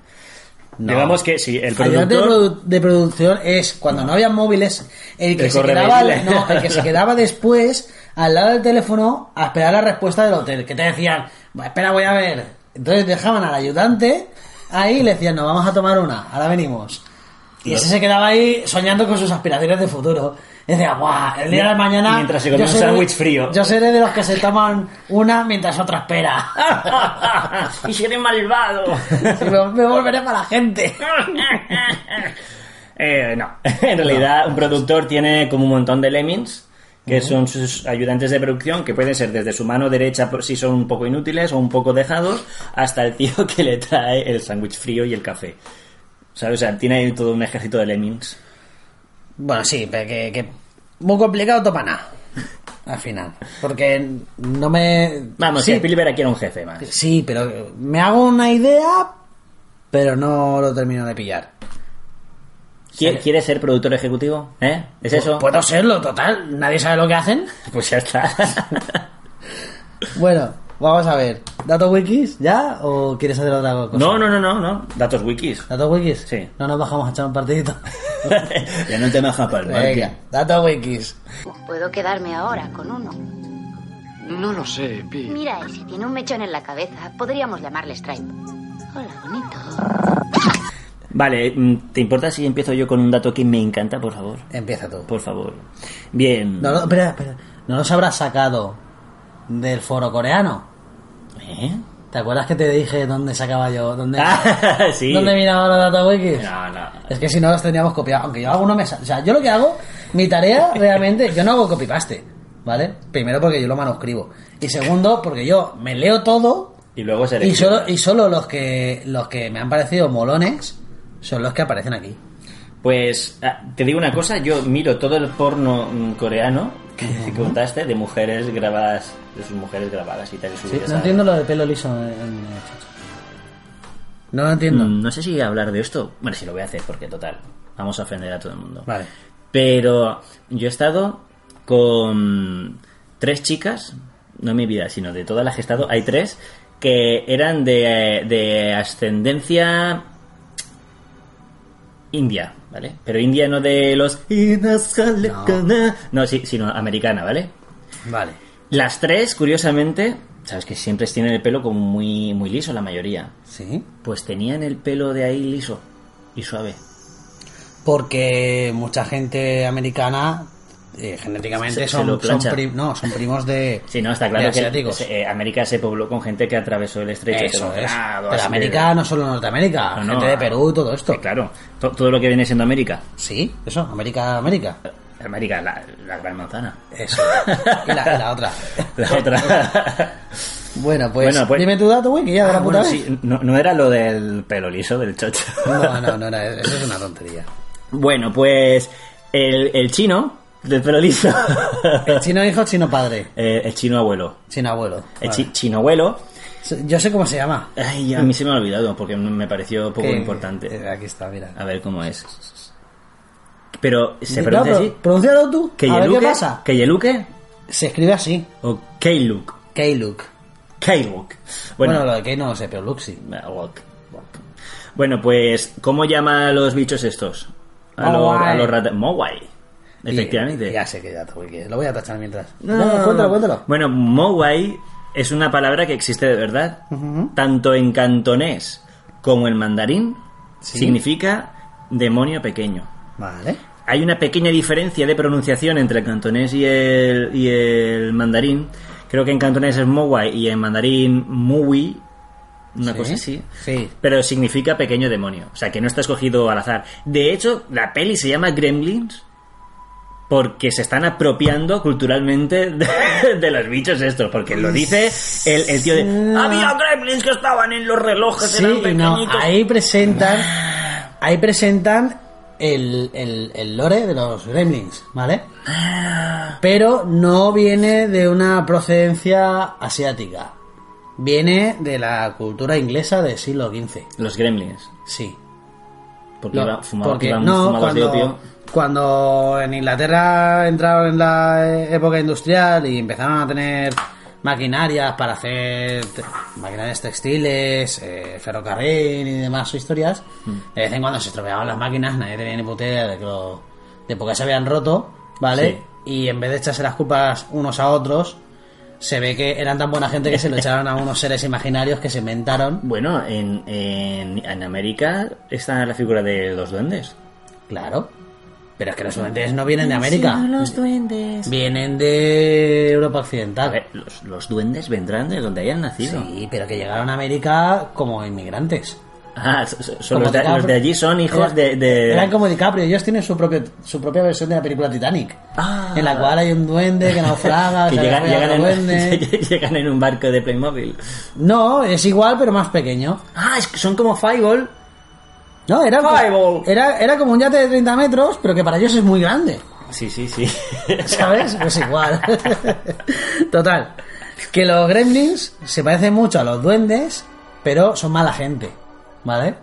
Speaker 1: No.
Speaker 3: Digamos que sí, el
Speaker 1: Ayudante de,
Speaker 3: productor...
Speaker 1: produ- de producción es cuando no, había móviles, el que,
Speaker 3: El
Speaker 1: se
Speaker 3: corremail.
Speaker 1: quedaba, no, el que se quedaba después al lado del teléfono a esperar la respuesta del hotel, que te decían, "Bueno, espera, voy a ver. Entonces dejaban al ayudante ahí y le decían, nos vamos a tomar una, ahora venimos. Y ese se quedaba ahí soñando con sus aspiraciones de futuro. Y decía, guau, el día de la mañana.
Speaker 3: Mientras se comía
Speaker 1: yo
Speaker 3: un
Speaker 1: seré-
Speaker 3: sándwich frío".
Speaker 1: Yo seré de los que se toman una mientras otra espera.
Speaker 3: ¡Ah, ¡Y si eres malvado!
Speaker 1: Y me, me volveré para la gente.
Speaker 3: Eh, no, en realidad un productor tiene como un montón de lemmings, que son sus ayudantes de producción, que pueden ser desde su mano derecha por si son un poco inútiles o un poco dejados, hasta el tío que le trae el sándwich frío y el café. ¿Sabes? O sea, tiene ahí todo un ejército de lemmings.
Speaker 1: Bueno, sí, pero que, que muy complicado topa nada. Al final. Porque no me.
Speaker 3: Vamos,
Speaker 1: sí,
Speaker 3: que Spielberg aquí era un jefe más.
Speaker 1: sí, pero me hago una idea, pero no lo termino de pillar.
Speaker 3: ¿Qui- ¿Quieres ser productor ejecutivo? ¿Eh? ¿Es eso?
Speaker 1: Puedo serlo, total. Nadie sabe lo que hacen.
Speaker 3: Pues ya está.
Speaker 1: Bueno, vamos a ver. ¿Datos wikis ya? ¿O quieres hacer otra cosa?
Speaker 3: No, no, no, no, no. Datos wikis.
Speaker 1: ¿Datos wikis?
Speaker 3: Sí.
Speaker 1: No nos bajamos a echar un partidito.
Speaker 3: ya no te baja para el parque.
Speaker 1: Venga, datos wikis.
Speaker 4: Pues Puedo quedarme ahora con uno.
Speaker 5: No lo sé, Pi.
Speaker 4: Mira ese, tiene un mechón en la cabeza. Podríamos llamarle Stripe. Hola, bonito.
Speaker 3: Vale, mm, ¿te importa si empiezo yo con un dato que me encanta, por favor?
Speaker 1: Empieza tú.
Speaker 3: Por favor. Bien.
Speaker 1: No, no, espera, espera. ¿No los habrás sacado del foro coreano?
Speaker 3: ¿Eh?
Speaker 1: ¿Te acuerdas que te dije dónde sacaba yo? ¿Dónde,
Speaker 3: Ah, sí.
Speaker 1: ¿dónde miraba los datawikis?
Speaker 3: No, no.
Speaker 1: Es que si no los teníamos copiados. Aunque yo alguno me... sa- O sea, yo lo que hago, mi tarea realmente, yo no hago copy-paste, ¿vale? Primero porque yo lo manuscribo. Y segundo porque yo me leo todo
Speaker 3: Y luego seré.
Speaker 1: y solo, y solo los, que, los que me han parecido molones son los que aparecen aquí.
Speaker 3: Pues ah, te digo una cosa, yo miro todo el porno mm, coreano que contaste de mujeres grabadas, de sus mujeres grabadas y tal. y
Speaker 1: Sí,
Speaker 3: subidas
Speaker 1: no
Speaker 3: a-
Speaker 1: entiendo lo de pelo liso. en- en- No lo entiendo.
Speaker 3: Mm, No sé si hablar de esto. Bueno, sí lo voy a hacer porque total, vamos a ofender a todo el mundo.
Speaker 1: Vale.
Speaker 3: Pero yo he estado con tres chicas, no mi vida, sino de todas las que he estado, hay tres que eran de, de ascendencia india, ¿vale? Pero india no de los... No, sí, sino americana, ¿vale?
Speaker 1: Vale.
Speaker 3: Las tres, curiosamente, sabes que siempre tienen el pelo como muy, muy liso, la mayoría.
Speaker 1: ¿Sí?
Speaker 3: Pues tenían el pelo de ahí liso y suave.
Speaker 1: porque mucha gente americana eh, genéticamente
Speaker 3: Se- se
Speaker 1: son,
Speaker 3: lo
Speaker 1: son
Speaker 3: plancha.
Speaker 1: pri- no, son primos de,
Speaker 3: Sí, no, está claro
Speaker 1: de
Speaker 3: que
Speaker 1: asiáticos.
Speaker 3: eh, América se pobló con gente que atravesó el estrecho.
Speaker 1: Eso es.
Speaker 3: Claro,
Speaker 1: Pero
Speaker 3: así
Speaker 1: América no solo Norteamérica,
Speaker 3: No, no,
Speaker 1: gente de
Speaker 3: ah,
Speaker 1: Perú, todo esto.
Speaker 3: que- claro, to- todo lo que viene siendo América.
Speaker 1: Sí, eso, América, América.
Speaker 3: América, la, la gran manzana.
Speaker 1: Eso. y la, y la otra.
Speaker 3: La otra.
Speaker 1: Bueno, pues,
Speaker 3: Bueno, pues-
Speaker 1: dime tu dato, güey, que ya de la
Speaker 3: Ah,
Speaker 1: puta
Speaker 3: bueno,
Speaker 1: vez.
Speaker 3: sí, no, no era lo del pelo liso, del chocho.
Speaker 1: No, no, no, no, eso es una tontería.
Speaker 3: Bueno, pues el, el chino de pelo liso.
Speaker 1: El Eh, chino hijo, chino padre,
Speaker 3: Eh, el chino abuelo.
Speaker 1: chino abuelo. Vale.
Speaker 3: El Eh, chi- chino abuelo.
Speaker 1: Yo sé cómo se llama.
Speaker 3: Ay, a mí se me ha olvidado porque me pareció poco
Speaker 1: Que-
Speaker 3: importante.
Speaker 1: eh, Aquí está, mira.
Speaker 3: A ver cómo es. Pero se
Speaker 1: No,
Speaker 3: pronuncia
Speaker 1: pero-
Speaker 3: así.
Speaker 1: pronúncialo tú. a ver
Speaker 3: ¿Keyeluke?
Speaker 1: qué pasa.
Speaker 3: ¿Keyeluke?
Speaker 1: Se escribe así.
Speaker 3: ¿O Keyluk?
Speaker 1: K-Look.
Speaker 3: Keyluk.
Speaker 1: Bueno,
Speaker 3: Bueno,
Speaker 1: lo de K no lo sé, pero Look sí.
Speaker 3: bueno, pues, ¿cómo llama a los bichos estos? A los,
Speaker 1: Mowai.
Speaker 3: a los rata- Mowai. Efectivamente.
Speaker 1: Y- ya sé que ya te voy a- Lo voy a tachar mientras.
Speaker 3: No,
Speaker 1: Bueno, cuéntalo, cuéntalo.
Speaker 3: Bueno, Mowai es una palabra que existe de verdad. Tanto en cantonés como en mandarín significa demonio pequeño.
Speaker 1: Vale.
Speaker 3: Hay una pequeña diferencia de pronunciación entre el cantonés y el, y el mandarín. Creo que en cantonés es Mowai y en mandarín Mui. Una
Speaker 1: Sí.
Speaker 3: cosa así.
Speaker 1: Sí.
Speaker 3: Pero significa pequeño demonio. O sea, que no está escogido al azar. De hecho, la peli se llama Gremlins porque se están apropiando culturalmente de, de los bichos estos. Porque
Speaker 1: Pues
Speaker 3: lo dice el, el tío de... Había gremlins que estaban en los relojes,
Speaker 1: Sí,
Speaker 3: Pues eran
Speaker 1: y no,
Speaker 3: pequeñitos.
Speaker 1: ahí presentan, ahí presentan el, el, el lore de los gremlins, ¿vale? Ah. Pero no viene de una procedencia asiática. Viene de la cultura inglesa del siglo XV.
Speaker 3: Los gremlins.
Speaker 1: Sí.
Speaker 3: Porque
Speaker 1: Lo-
Speaker 3: iban fumados-
Speaker 1: porque
Speaker 3: iban
Speaker 1: no,
Speaker 3: fumados de
Speaker 1: cuando,
Speaker 3: opio.
Speaker 1: cuando en Inglaterra entraron en la eh, época industrial y empezaron a tener maquinarias para hacer te- maquinarias textiles, eh, ferrocarril y demás historias, de vez en cuando se estropeaban las máquinas, nadie tenía ni puta idea de, que lo- de por qué se habían roto, ¿vale? Y en vez de echarse las culpas unos a otros, se ve que eran tan buena gente que se lo echaron a unos seres imaginarios que se inventaron.
Speaker 3: Bueno, en, en, en América está la figura de los duendes.
Speaker 1: Claro. Pero es que los duendes no vienen de América.
Speaker 3: los duendes.
Speaker 1: Vienen de Europa Occidental.
Speaker 3: los, los duendes vendrán de donde hayan nacido.
Speaker 1: Sí, pero que llegaron a América como inmigrantes.
Speaker 3: Ah, so- so- so
Speaker 1: Como
Speaker 3: los, de,
Speaker 1: DiCaprio.
Speaker 3: los de allí son hijos
Speaker 1: Era-
Speaker 3: de, de-
Speaker 1: Eran como DiCaprio. Ellos tienen su, propio, su propia versión de la película Titanic.
Speaker 3: Ah.
Speaker 1: En la cual hay un duende que naufraga.
Speaker 3: que
Speaker 1: se
Speaker 3: llegan,
Speaker 1: agarra
Speaker 3: llegan
Speaker 1: otro
Speaker 3: en,
Speaker 1: duende.
Speaker 3: llegan en un barco de Playmobil.
Speaker 1: No, es igual, pero más pequeño.
Speaker 3: Ah, es que son como Fireball.
Speaker 1: No, era,
Speaker 3: Fireball.
Speaker 1: era, era como un yate de 30 metros, pero que para ellos es muy grande.
Speaker 3: Sí, sí, sí.
Speaker 1: ¿Sabes? Pues igual. Total. Que los gremlins se parecen mucho a los duendes, pero son mala gente. ¿Vale?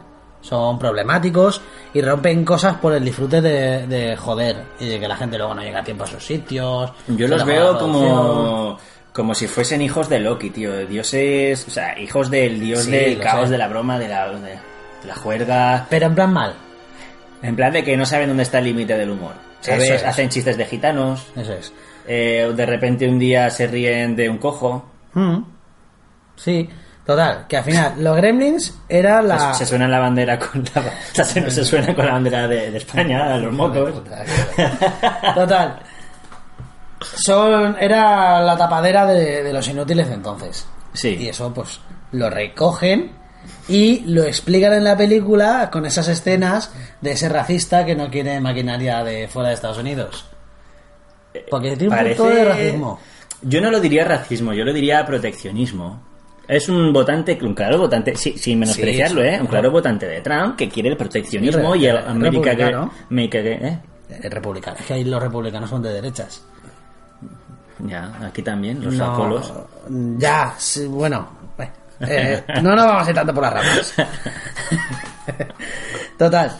Speaker 1: Son problemáticos y rompen cosas por el disfrute de, de joder. Y de que la gente luego no llega a tiempo a sus sitios.
Speaker 3: Yo
Speaker 1: se
Speaker 3: los
Speaker 1: le va la
Speaker 3: veo
Speaker 1: producción.
Speaker 3: como como si fuesen hijos de Loki, tío, de dioses, o sea, hijos del dios
Speaker 1: Sí,
Speaker 3: del
Speaker 1: lo
Speaker 3: caos,
Speaker 1: sé.
Speaker 3: de la broma, de la, de la juerga,
Speaker 1: Pero en plan mal.
Speaker 3: En plan de que no saben dónde está el límite del humor. ¿Sabes?
Speaker 1: Eso es.
Speaker 3: Hacen chistes de gitanos.
Speaker 1: Eso es.
Speaker 3: eh, de repente un día se ríen de un cojo.
Speaker 1: Mm. Sí. Total. Que al final, los gremlins era la.
Speaker 3: Pues Se, se suena la bandera con la, o sea, se, se suena con la bandera de, de España, a los mocos.
Speaker 1: Total. Son, era la tapadera de, de los inútiles de entonces.
Speaker 3: Sí.
Speaker 1: Y eso, pues, lo recogen y lo explican en la película con esas escenas de ese racista que no quiere maquinaria de fuera de Estados Unidos. Porque tiene un punto de racismo.
Speaker 3: Yo no lo diría racismo, yo lo diría proteccionismo. Es un votante, un claro votante, sí, sin menospreciarlo,
Speaker 1: Sí, sí,
Speaker 3: ¿eh? Un
Speaker 1: claro.
Speaker 3: claro votante de Trump que quiere el proteccionismo
Speaker 1: Sí,
Speaker 3: y el
Speaker 1: re-
Speaker 3: América que,
Speaker 1: republicano.
Speaker 3: América que- ¿eh?
Speaker 1: Eh, Republicanos, que ahí los republicanos son de derechas.
Speaker 3: Ya, aquí también, los
Speaker 1: No,
Speaker 3: acolos.
Speaker 1: Ya, sí, bueno. eh, no nos vamos a ir tanto por las ramas. Total.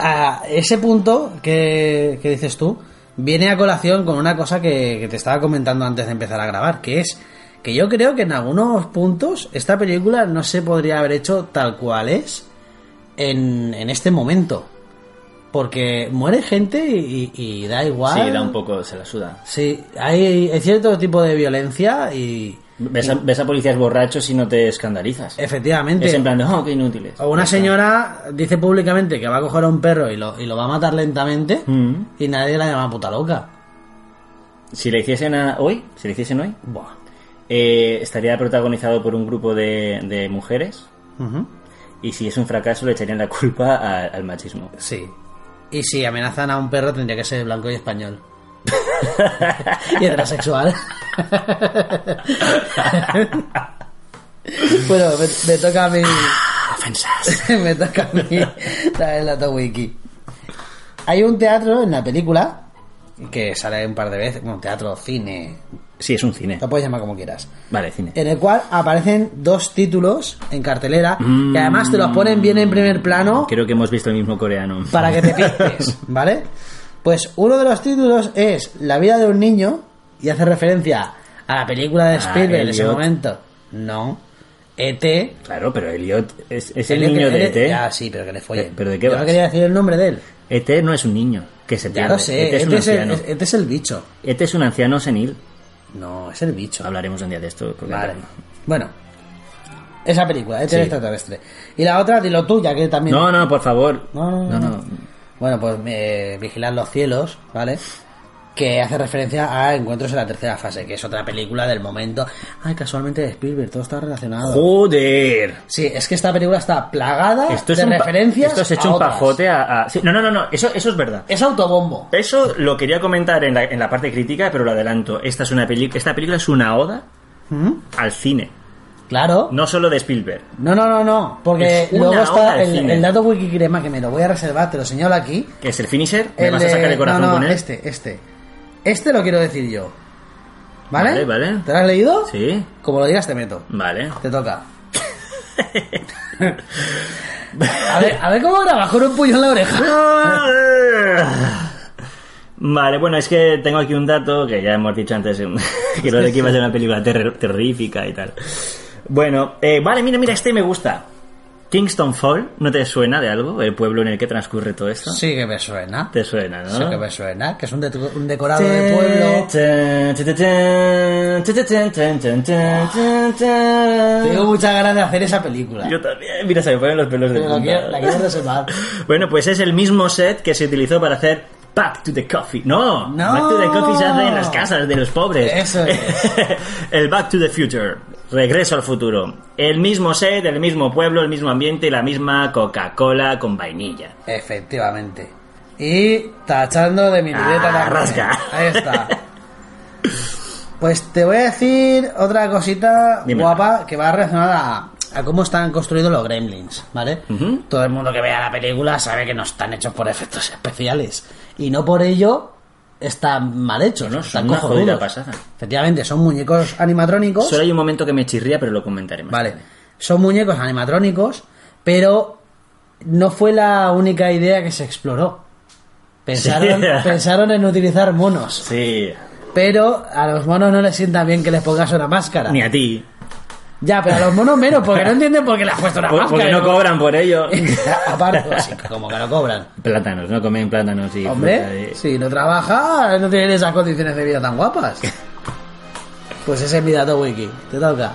Speaker 1: A ese punto que, que dices tú viene a colación con una cosa que, que te estaba comentando antes de empezar a grabar, que es que yo creo que en algunos puntos esta película no se podría haber hecho tal cual es en, en este momento. Porque muere gente y, y- y da igual.
Speaker 3: Sí, da un poco, se la suda.
Speaker 1: Sí, hay, hay cierto tipo de violencia y
Speaker 3: Ves a, ves a policías borrachos y no te escandalizas.
Speaker 1: efectivamente.
Speaker 3: Es en plan de, oh, qué inútiles.
Speaker 1: o una señora dice públicamente que va a coger a un perro y lo, y lo va a matar lentamente
Speaker 3: Mm.
Speaker 1: y nadie la llama puta loca.
Speaker 3: Si le hiciesen a- hoy, si le hiciesen hoy,
Speaker 1: Buah.
Speaker 3: eh, estaría protagonizado por un grupo de, de mujeres
Speaker 1: Ujú.
Speaker 3: y si es un fracaso le echarían la culpa a- al machismo.
Speaker 1: Sí. Y si amenazan a un perro tendría que ser blanco y español. y heterosexual. bueno, me, me toca a mí...
Speaker 3: Ofensas.
Speaker 1: me toca a mí traer la Tawiki. Hay un teatro en la película que sale un par de veces, bueno, teatro, cine,
Speaker 3: Sí, es un cine.
Speaker 1: lo puedes llamar como quieras.
Speaker 3: Vale, cine.
Speaker 1: En el cual aparecen dos títulos en cartelera que además te los ponen bien en primer plano
Speaker 3: Creo que hemos visto el mismo coreano.
Speaker 1: para que te pintes, ¿vale? Pues uno de los títulos es La vida de un niño y hace referencia a la película
Speaker 3: Ah,
Speaker 1: de Spielberg en ese
Speaker 3: Elliot.
Speaker 1: momento. No. E E.T.
Speaker 3: Claro, pero Elliot es, es el
Speaker 1: Elliot-
Speaker 3: niño de E
Speaker 1: Elliot-
Speaker 3: ET.
Speaker 1: Ya, Ah, sí, pero que le follen.
Speaker 3: Eh, ¿pero de qué
Speaker 1: Yo
Speaker 3: vas?
Speaker 1: no quería decir el nombre de él.
Speaker 3: ET E no es un niño que se
Speaker 1: Ya
Speaker 3: pierde.
Speaker 1: lo sé.
Speaker 3: ET es un
Speaker 1: E.T. es, el-
Speaker 3: anciano.
Speaker 1: es- E.T. es el bicho.
Speaker 3: ET es un anciano senil.
Speaker 1: No, es el bicho.
Speaker 3: Hablaremos un día de esto. porque-
Speaker 1: Vale. Bueno. Esa película, E.T.
Speaker 3: Sí.
Speaker 1: extraterrestre. Y la otra, dilo tuya, que también...
Speaker 3: No, no, por favor.
Speaker 1: No, no, no,
Speaker 3: no.
Speaker 1: Bueno, pues eh, Vigilar los cielos, ¿vale? Que hace referencia a Encuentros en la tercera fase, que es otra película del momento. Ay, casualmente de Spielberg, todo está relacionado.
Speaker 3: Joder.
Speaker 1: Sí, es que esta película está plagada
Speaker 3: Esto es
Speaker 1: Oh, de
Speaker 3: un pa-
Speaker 1: referencias.
Speaker 3: Esto has hecho
Speaker 1: a
Speaker 3: un
Speaker 1: otras.
Speaker 3: pajote a. a- sí, no, no, no, no. Eso, eso es verdad.
Speaker 1: Es autobombo.
Speaker 3: Eso lo quería comentar en la, en la parte crítica, pero lo adelanto. Esta es una película. Esta película es una oda
Speaker 1: ¿Mm?
Speaker 3: al cine.
Speaker 1: Claro.
Speaker 3: No solo de Spielberg.
Speaker 1: No, no, no, no. Porque
Speaker 3: Es una
Speaker 1: luego
Speaker 3: oda
Speaker 1: está
Speaker 3: de
Speaker 1: el,
Speaker 3: cine.
Speaker 1: el dato wikicrema que me lo voy a reservar, te lo señalo aquí.
Speaker 3: Que es el finisher. Me
Speaker 1: El
Speaker 3: vas a
Speaker 1: de-
Speaker 3: sacar el corazón
Speaker 1: no, no,
Speaker 3: con él.
Speaker 1: Este, este. Este lo quiero decir yo. ¿Vale?
Speaker 3: Vale, vale.
Speaker 1: ¿Te lo has leído?
Speaker 3: Sí.
Speaker 1: Como lo digas, te meto.
Speaker 3: Vale.
Speaker 1: Te toca. a, ver, a ver cómo grabas con un puño en la oreja.
Speaker 3: Vale, bueno, es que tengo aquí un dato que ya hemos dicho antes en- que lo de que iba a ser una película terror- terrorífica y tal. Bueno, eh, vale, mira, mira, este me gusta. Kingston Fall, ¿no te suena de algo? El pueblo en el que transcurre todo esto.
Speaker 1: Sí que me suena.
Speaker 3: Te suena, ¿no?
Speaker 1: Sí que me suena. Que es un, detu- un decorado de pueblo. Tengo muchas ganas de hacer esa película.
Speaker 3: Yo también, mira, se me ponen los pelos de
Speaker 1: Pero la quiero, la quiero
Speaker 3: punta.
Speaker 1: reservar.
Speaker 3: Bueno, pues es el mismo set que se utilizó para hacer Back to the Coffee. No,
Speaker 1: No.
Speaker 3: Back to the Coffee se hace en las casas de los pobres.
Speaker 1: Eso es.
Speaker 3: el Back to the Future, Regreso al Futuro. El mismo set, el mismo pueblo, el mismo ambiente y la misma Coca-Cola con vainilla.
Speaker 1: Efectivamente. Y tachando de mi libreta
Speaker 3: Ah,
Speaker 1: la
Speaker 3: rasca.
Speaker 1: Ahí está. Pues te voy a decir otra cosita
Speaker 3: Dime.
Speaker 1: guapa que va relacionada a, a cómo están construidos los gremlins, ¿vale?
Speaker 3: Ujú.
Speaker 1: Todo el mundo que vea la película sabe que no están hechos por efectos especiales. Y no por ello están mal hechos,
Speaker 3: No, no,
Speaker 1: están
Speaker 3: son una
Speaker 1: cojonudos.
Speaker 3: jodida pasada.
Speaker 1: Efectivamente, son muñecos animatrónicos.
Speaker 3: Solo hay un momento que me chirría, pero lo comentaré más.
Speaker 1: Vale, son muñecos animatrónicos, pero no fue la única idea que se exploró. Pensaron,
Speaker 3: Sí.
Speaker 1: pensaron en utilizar monos,
Speaker 3: Sí,
Speaker 1: pero a los monos no les sienta bien que les pongas una máscara.
Speaker 3: ni a ti.
Speaker 1: Ya, pero a los monos menos, porque no entienden por qué le has puesto una
Speaker 3: Por-
Speaker 1: máscara.
Speaker 3: Porque no cobran por ello.
Speaker 1: Aparte, pues sí, como que no cobran.
Speaker 3: Plátanos, no comen plátanos y fruta
Speaker 1: Hombre,
Speaker 3: y-
Speaker 1: si no trabaja, no tienen esas condiciones de vida tan guapas. Pues ese es mi dato wiki, te toca.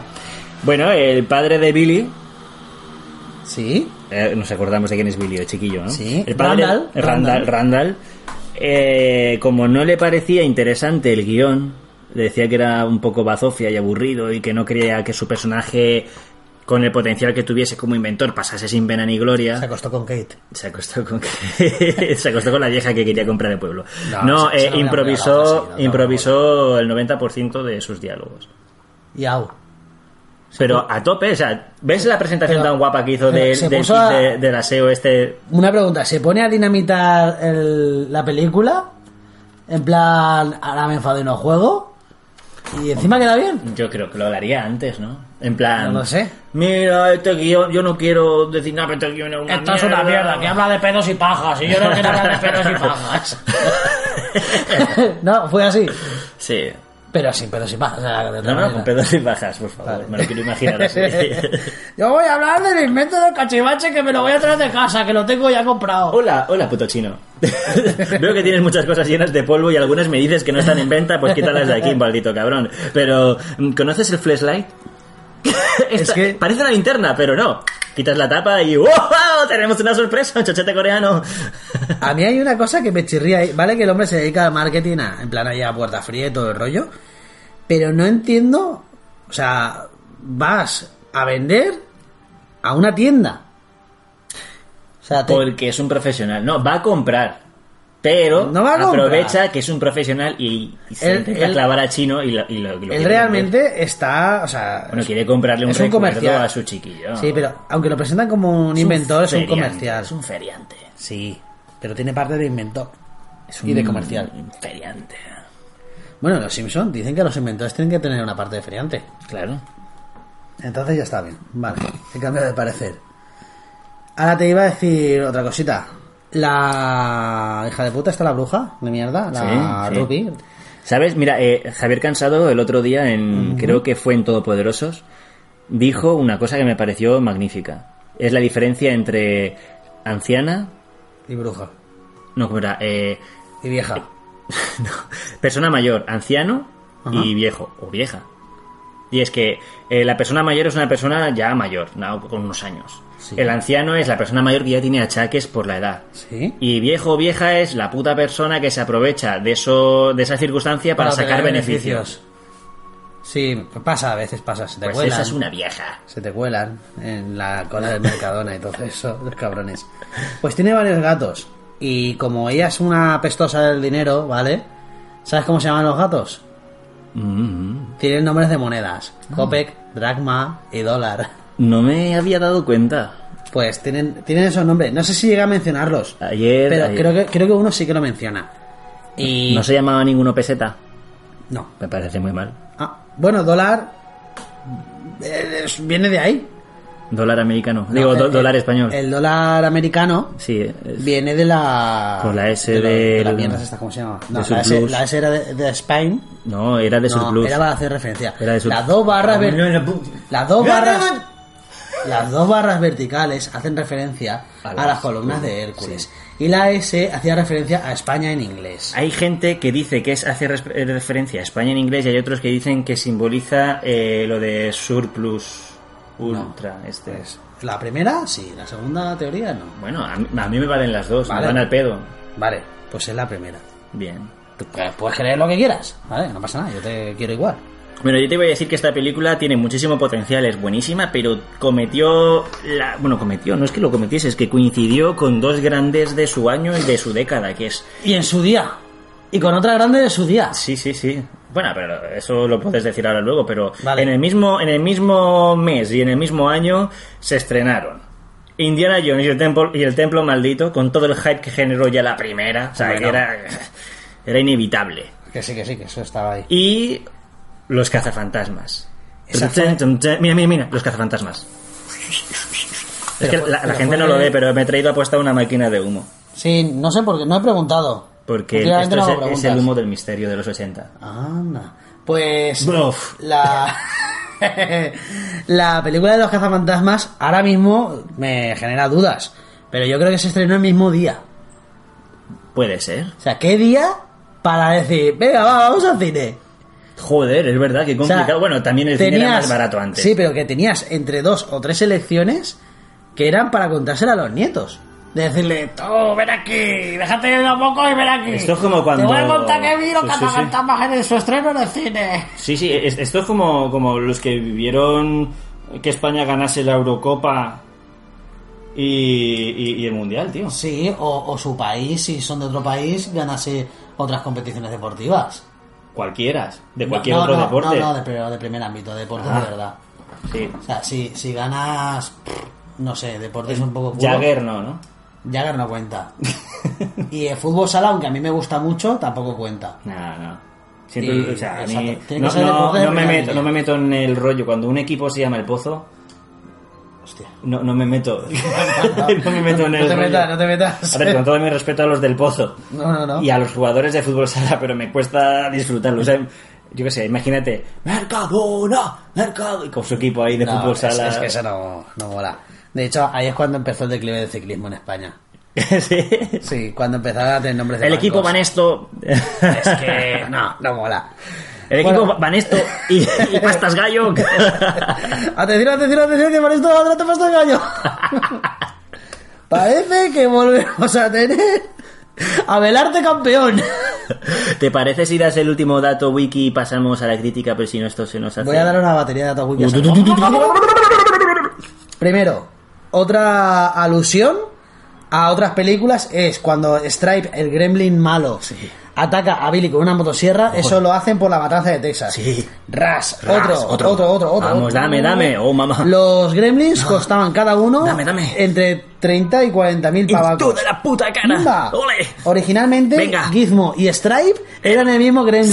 Speaker 3: Bueno, el padre de Billy,
Speaker 1: ¿Sí?
Speaker 3: Eh, nos acordamos de quién es Billy, el chiquillo, ¿no?
Speaker 1: Sí.
Speaker 3: El padre,
Speaker 1: Randall.
Speaker 3: Randall. Randall. eh, como no le parecía interesante el guión, le decía que era un poco bazofia y aburrido y que no creía que su personaje, con el potencial que tuviese como inventor, pasase sin pena ni gloria.
Speaker 1: Se acostó con Kate.
Speaker 3: Se acostó con se acostó con la vieja que quería comprar el pueblo.
Speaker 1: No,
Speaker 3: No,
Speaker 1: se- se
Speaker 3: eh,
Speaker 1: lo hubiera pegado, sí,
Speaker 3: improvisó,
Speaker 1: no, no,
Speaker 3: improvisó el 90% de sus diálogos.
Speaker 1: Y au.
Speaker 3: Pero a tope, o sea, ¿ves la presentación
Speaker 1: Pero-
Speaker 3: tan guapa que hizo
Speaker 1: pero
Speaker 3: del,
Speaker 1: se
Speaker 3: del
Speaker 1: puso
Speaker 3: kit
Speaker 1: a-
Speaker 3: de, del aseo este
Speaker 1: Una pregunta, ¿se pone a dinamitar el- la película? En plan, ahora me enfado y no juego. Y encima queda bien.
Speaker 3: Yo creo que lo hablaría antes, ¿no? En plan.
Speaker 1: No lo sé.
Speaker 3: Mira, este guión, yo no quiero decir nada, pero este guión es una
Speaker 1: habla de pedos y pajas. Y yo no quiero hablar de pedos y pajas. no, fue así.
Speaker 3: Sí.
Speaker 1: Pero sin pedos y pajas. o sea, de otra
Speaker 3: No, no,
Speaker 1: manera.
Speaker 3: con pedos y bajas, por favor.
Speaker 1: Vale.
Speaker 3: Me lo quiero imaginar así.
Speaker 1: Yo voy a hablar del invento del cachivache que me lo voy a traer de casa, que lo tengo ya comprado.
Speaker 3: hola, hola, puto chino. Veo que tienes muchas cosas llenas de polvo y algunas me dices que no están en venta, pues quítalas de aquí, maldito cabrón. Pero, mm, ¿conoces el flashlight? Esta-
Speaker 1: que-
Speaker 3: Parece una linterna, pero no. Quitas la tapa y ¡wow! Tenemos una sorpresa, un chochete coreano.
Speaker 1: A mí hay una cosa que me chirría, ahí, ¿vale? Que el hombre se dedica al marketing, a- en plan ahí a puerta fría y todo el rollo. Pero no entiendo, o sea, vas a vender a una tienda. O sea, te-
Speaker 3: Porque es un profesional. No, va a comprar. Pero
Speaker 1: No va a comprar.
Speaker 3: aprovecha que es un profesional y, y se
Speaker 1: Él-
Speaker 3: intenta
Speaker 1: él-
Speaker 3: clavar a chino y lo, y lo- y lo quiere
Speaker 1: él
Speaker 3: vender.
Speaker 1: realmente está, o sea,
Speaker 3: Bueno, quiere comprarle un
Speaker 1: es un
Speaker 3: recuerdo
Speaker 1: comercial.
Speaker 3: a su chiquillo.
Speaker 1: sí, pero aunque lo presentan como un
Speaker 3: Es
Speaker 1: inventor, es un
Speaker 3: feriante,
Speaker 1: comercial.
Speaker 3: Es un feriante.
Speaker 1: Sí, pero tiene parte de inventor.
Speaker 3: Es
Speaker 1: Y de comercial.
Speaker 3: un Feriante.
Speaker 1: Bueno, los Simpsons dicen que los inventores tienen que tener una parte de feriante.
Speaker 3: Claro.
Speaker 1: Entonces ya está bien. Vale, he cambiado de parecer. Ahora te iba a decir otra cosita. La hija de puta está la bruja de mierda, la
Speaker 3: Sí, sí.
Speaker 1: Ruby.
Speaker 3: ¿Sabes? Mira, eh, Javier Cansado el otro día, en, creo que fue en Todopoderosos, dijo una cosa que me pareció magnífica. Es la diferencia entre anciana,
Speaker 1: Y bruja.
Speaker 3: no, ¿cómo era? Eh,
Speaker 1: Y vieja.
Speaker 3: no, persona mayor, anciano
Speaker 1: Ajá.
Speaker 3: y viejo o vieja. Y es que eh, la persona mayor es una persona ya mayor, ¿no? con unos años.
Speaker 1: Sí.
Speaker 3: El anciano es la persona mayor que ya tiene achaques por la edad.
Speaker 1: Sí.
Speaker 3: Y viejo o vieja es la puta persona que se aprovecha de eso, de esa circunstancia para, sacar
Speaker 1: obtener
Speaker 3: beneficios.
Speaker 1: Sí, pasa, a veces pasa, se te
Speaker 3: Pues
Speaker 1: cuelan.
Speaker 3: esa es una vieja.
Speaker 1: Se te cuelan en la cola del Mercadona y todo eso, los cabrones. Pues tiene varios gatos. Y como ella es una pestosa del dinero, ¿vale? ¿Sabes cómo se llaman los gatos? Tienen nombres de monedas.
Speaker 3: Ah.
Speaker 1: Copec, dracma y dólar.
Speaker 3: No me había dado cuenta.
Speaker 1: Pues tienen, tienen esos nombres. No sé si llega a mencionarlos.
Speaker 3: Ayer,
Speaker 1: pero
Speaker 3: ayer-
Speaker 1: Creo, que, creo que uno sí que lo menciona. Y...
Speaker 3: No se llamaba ninguno peseta.
Speaker 1: No.
Speaker 3: Me parece muy mal.
Speaker 1: Ah, bueno, dólar... eh, es- viene de ahí.
Speaker 3: Dólar americano. Digo,
Speaker 1: No,
Speaker 3: do-
Speaker 1: el-
Speaker 3: dólar
Speaker 1: el-
Speaker 3: español.
Speaker 1: El dólar americano
Speaker 3: Sí, es-
Speaker 1: viene de la.
Speaker 3: Con la S
Speaker 1: de, lo- de
Speaker 3: del-
Speaker 1: la mierda esta, ¿cómo se llama? No,
Speaker 3: de
Speaker 1: la, S,
Speaker 3: surplus.
Speaker 1: la S era de, de Spain.
Speaker 3: no, era de
Speaker 1: no,
Speaker 3: surplus.
Speaker 1: era para hacer referencia.
Speaker 3: Era de sur-
Speaker 1: Las dos barras. ver- Las dos
Speaker 3: No, no,
Speaker 1: barras.
Speaker 3: no.
Speaker 1: Las dos barras verticales hacen referencia a, las columnas de Hércules. Y la S hacía referencia a España en inglés.
Speaker 3: Hay gente que dice que es, hace res- eh, referencia a España en inglés y hay otros que dicen que simboliza eh, lo de surplus ultra. este
Speaker 1: Pues, la primera, sí. La segunda teoría, no.
Speaker 3: Bueno, a mí, a mí me valen las dos,
Speaker 1: Vale.
Speaker 3: me van al pedo.
Speaker 1: Vale, pues es la primera.
Speaker 3: Bien.
Speaker 1: Tú puedes creer lo que quieras, ¿vale? No pasa nada, yo te quiero igual.
Speaker 3: Bueno, yo te voy a decir que esta película tiene muchísimo potencial, es buenísima, pero cometió la... Bueno, cometió, no es que lo cometiese, es que coincidió con dos grandes de su año y de su década, que es...
Speaker 1: Y en su día. Y con otra grande de su día.
Speaker 3: Sí, sí, sí. Bueno, pero eso lo puedes decir ahora luego, pero
Speaker 1: Vale.
Speaker 3: en, el mismo, en el mismo mes y en el mismo año se estrenaron Indiana Jones y el Templo, y el templo Maldito, con todo el hype que generó ya la primera, o sea,
Speaker 1: Hombre,
Speaker 3: que
Speaker 1: no.
Speaker 3: era, era inevitable.
Speaker 1: Que sí, que sí, que eso estaba ahí.
Speaker 3: y los cazafantasmas.
Speaker 1: Esa fue-
Speaker 3: Tun, tun, tun. Mira, mira, mira, los cazafantasmas. Es
Speaker 1: Pero
Speaker 3: que
Speaker 1: fue-
Speaker 3: la, la
Speaker 1: pero
Speaker 3: gente
Speaker 1: fue-
Speaker 3: no lo ve, pero me he traído apuesta una máquina de humo.
Speaker 1: Sí, no sé por qué, no he preguntado.
Speaker 3: Porque esto
Speaker 1: Últimamente
Speaker 3: es,
Speaker 1: no
Speaker 3: el-
Speaker 1: me
Speaker 3: es el
Speaker 1: preguntas.
Speaker 3: humo del misterio de los 80.
Speaker 1: Anda. Pues.
Speaker 3: Bluff.
Speaker 1: La. la película de los cazafantasmas ahora mismo me genera dudas. Pero yo creo que se estrenó el mismo día.
Speaker 3: Puede ser.
Speaker 1: O sea, ¿qué día para decir, venga, va, vamos al cine?
Speaker 3: Joder, es verdad, que
Speaker 1: O sea,
Speaker 3: complicado. bueno, también el cine era más barato antes.
Speaker 1: Sí, pero que tenías entre dos o tres elecciones que eran para contársela a los nietos. De decirle, tú, ven aquí, déjate de un poco y ven aquí.
Speaker 3: Esto es como cuando-
Speaker 1: Te voy a contar que vi los
Speaker 3: Sí, sí, sí.
Speaker 1: cazafantasmas en su estreno en el cine.
Speaker 3: Sí, sí, es- esto es como, como los que vivieron que España ganase la Eurocopa y, y- y el Mundial, tío.
Speaker 1: Sí, o, o su país, si son de otro país, ganase otras competiciones deportivas.
Speaker 3: Cualquiera, de cualquier
Speaker 1: No,
Speaker 3: otro
Speaker 1: no,
Speaker 3: deporte.
Speaker 1: No, no, de primer, de primer ámbito, de deporte
Speaker 3: Ah.
Speaker 1: de verdad.
Speaker 3: Sí.
Speaker 1: O sea, si, si ganas, pff, no sé, deportes un poco... culos.
Speaker 3: Jagger no, ¿no?
Speaker 1: Jagger no cuenta. y el fútbol sala, aunque a mí me gusta mucho, tampoco cuenta.
Speaker 3: No, no. Siento-
Speaker 1: Y-
Speaker 3: o sea, a
Speaker 1: exacto.
Speaker 3: mí-
Speaker 1: Tiene
Speaker 3: no,
Speaker 1: que ser
Speaker 3: no-
Speaker 1: deporte de
Speaker 3: no me
Speaker 1: primera
Speaker 3: meto,
Speaker 1: línea.
Speaker 3: no me meto en el rollo. Cuando un equipo se llama el pozo,
Speaker 1: Hostia.
Speaker 3: no, no me meto. no me meto en el
Speaker 1: No te
Speaker 3: rollo.
Speaker 1: metas, no te metas.
Speaker 3: A ver, con todo mi respeto a los del pozo
Speaker 1: No, no, no.
Speaker 3: y a los jugadores de fútbol sala, pero me cuesta disfrutarlo. O sea, yo qué sé, imagínate, Mercadona, Mercado, y con su equipo ahí de
Speaker 1: No,
Speaker 3: fútbol
Speaker 1: es,
Speaker 3: sala.
Speaker 1: es que eso no, no mola. De hecho, ahí es cuando empezó el declive del ciclismo en España.
Speaker 3: Sí.
Speaker 1: Sí, cuando empezaron a tener nombres de
Speaker 3: El equipo
Speaker 1: bancos.
Speaker 3: Banesto.
Speaker 1: Es que no, no mola.
Speaker 3: El
Speaker 1: Bueno.
Speaker 3: equipo Banesto y, y Pastas Gallo.
Speaker 1: Atención, atención, atención, que por esto ahora te pasa el gallo. Parece que volvemos a tener a velarte campeón.
Speaker 3: ¿Te parece si das el último dato wiki y pasamos a la crítica, pero si no esto se nos hace...
Speaker 1: Voy a dar una batería de datos wiki.
Speaker 3: Tu, tu, tu, tu, tu, tu.
Speaker 1: Primero, otra alusión a otras películas es cuando Stripe, el gremlin malo,
Speaker 3: Sí.
Speaker 1: ataca a Billy con una motosierra. Eso lo hacen por la matanza de Texas.
Speaker 3: Sí.
Speaker 1: Ras,
Speaker 3: Ras,
Speaker 1: otro,
Speaker 3: otro.
Speaker 1: otro, otro, otro,
Speaker 3: Vamos,
Speaker 1: otro.
Speaker 3: dame, dame. Oh, mamá.
Speaker 1: Los gremlins costaban cada uno
Speaker 3: Dame, dame.
Speaker 1: entre 30 y 40 mil
Speaker 3: ¡En
Speaker 1: pavacos.
Speaker 3: toda la puta cara!
Speaker 1: ¡Bumba!
Speaker 3: ¡Ole!
Speaker 1: Originalmente,
Speaker 3: Venga.
Speaker 1: Gizmo y Stripe eran el mismo gremlin.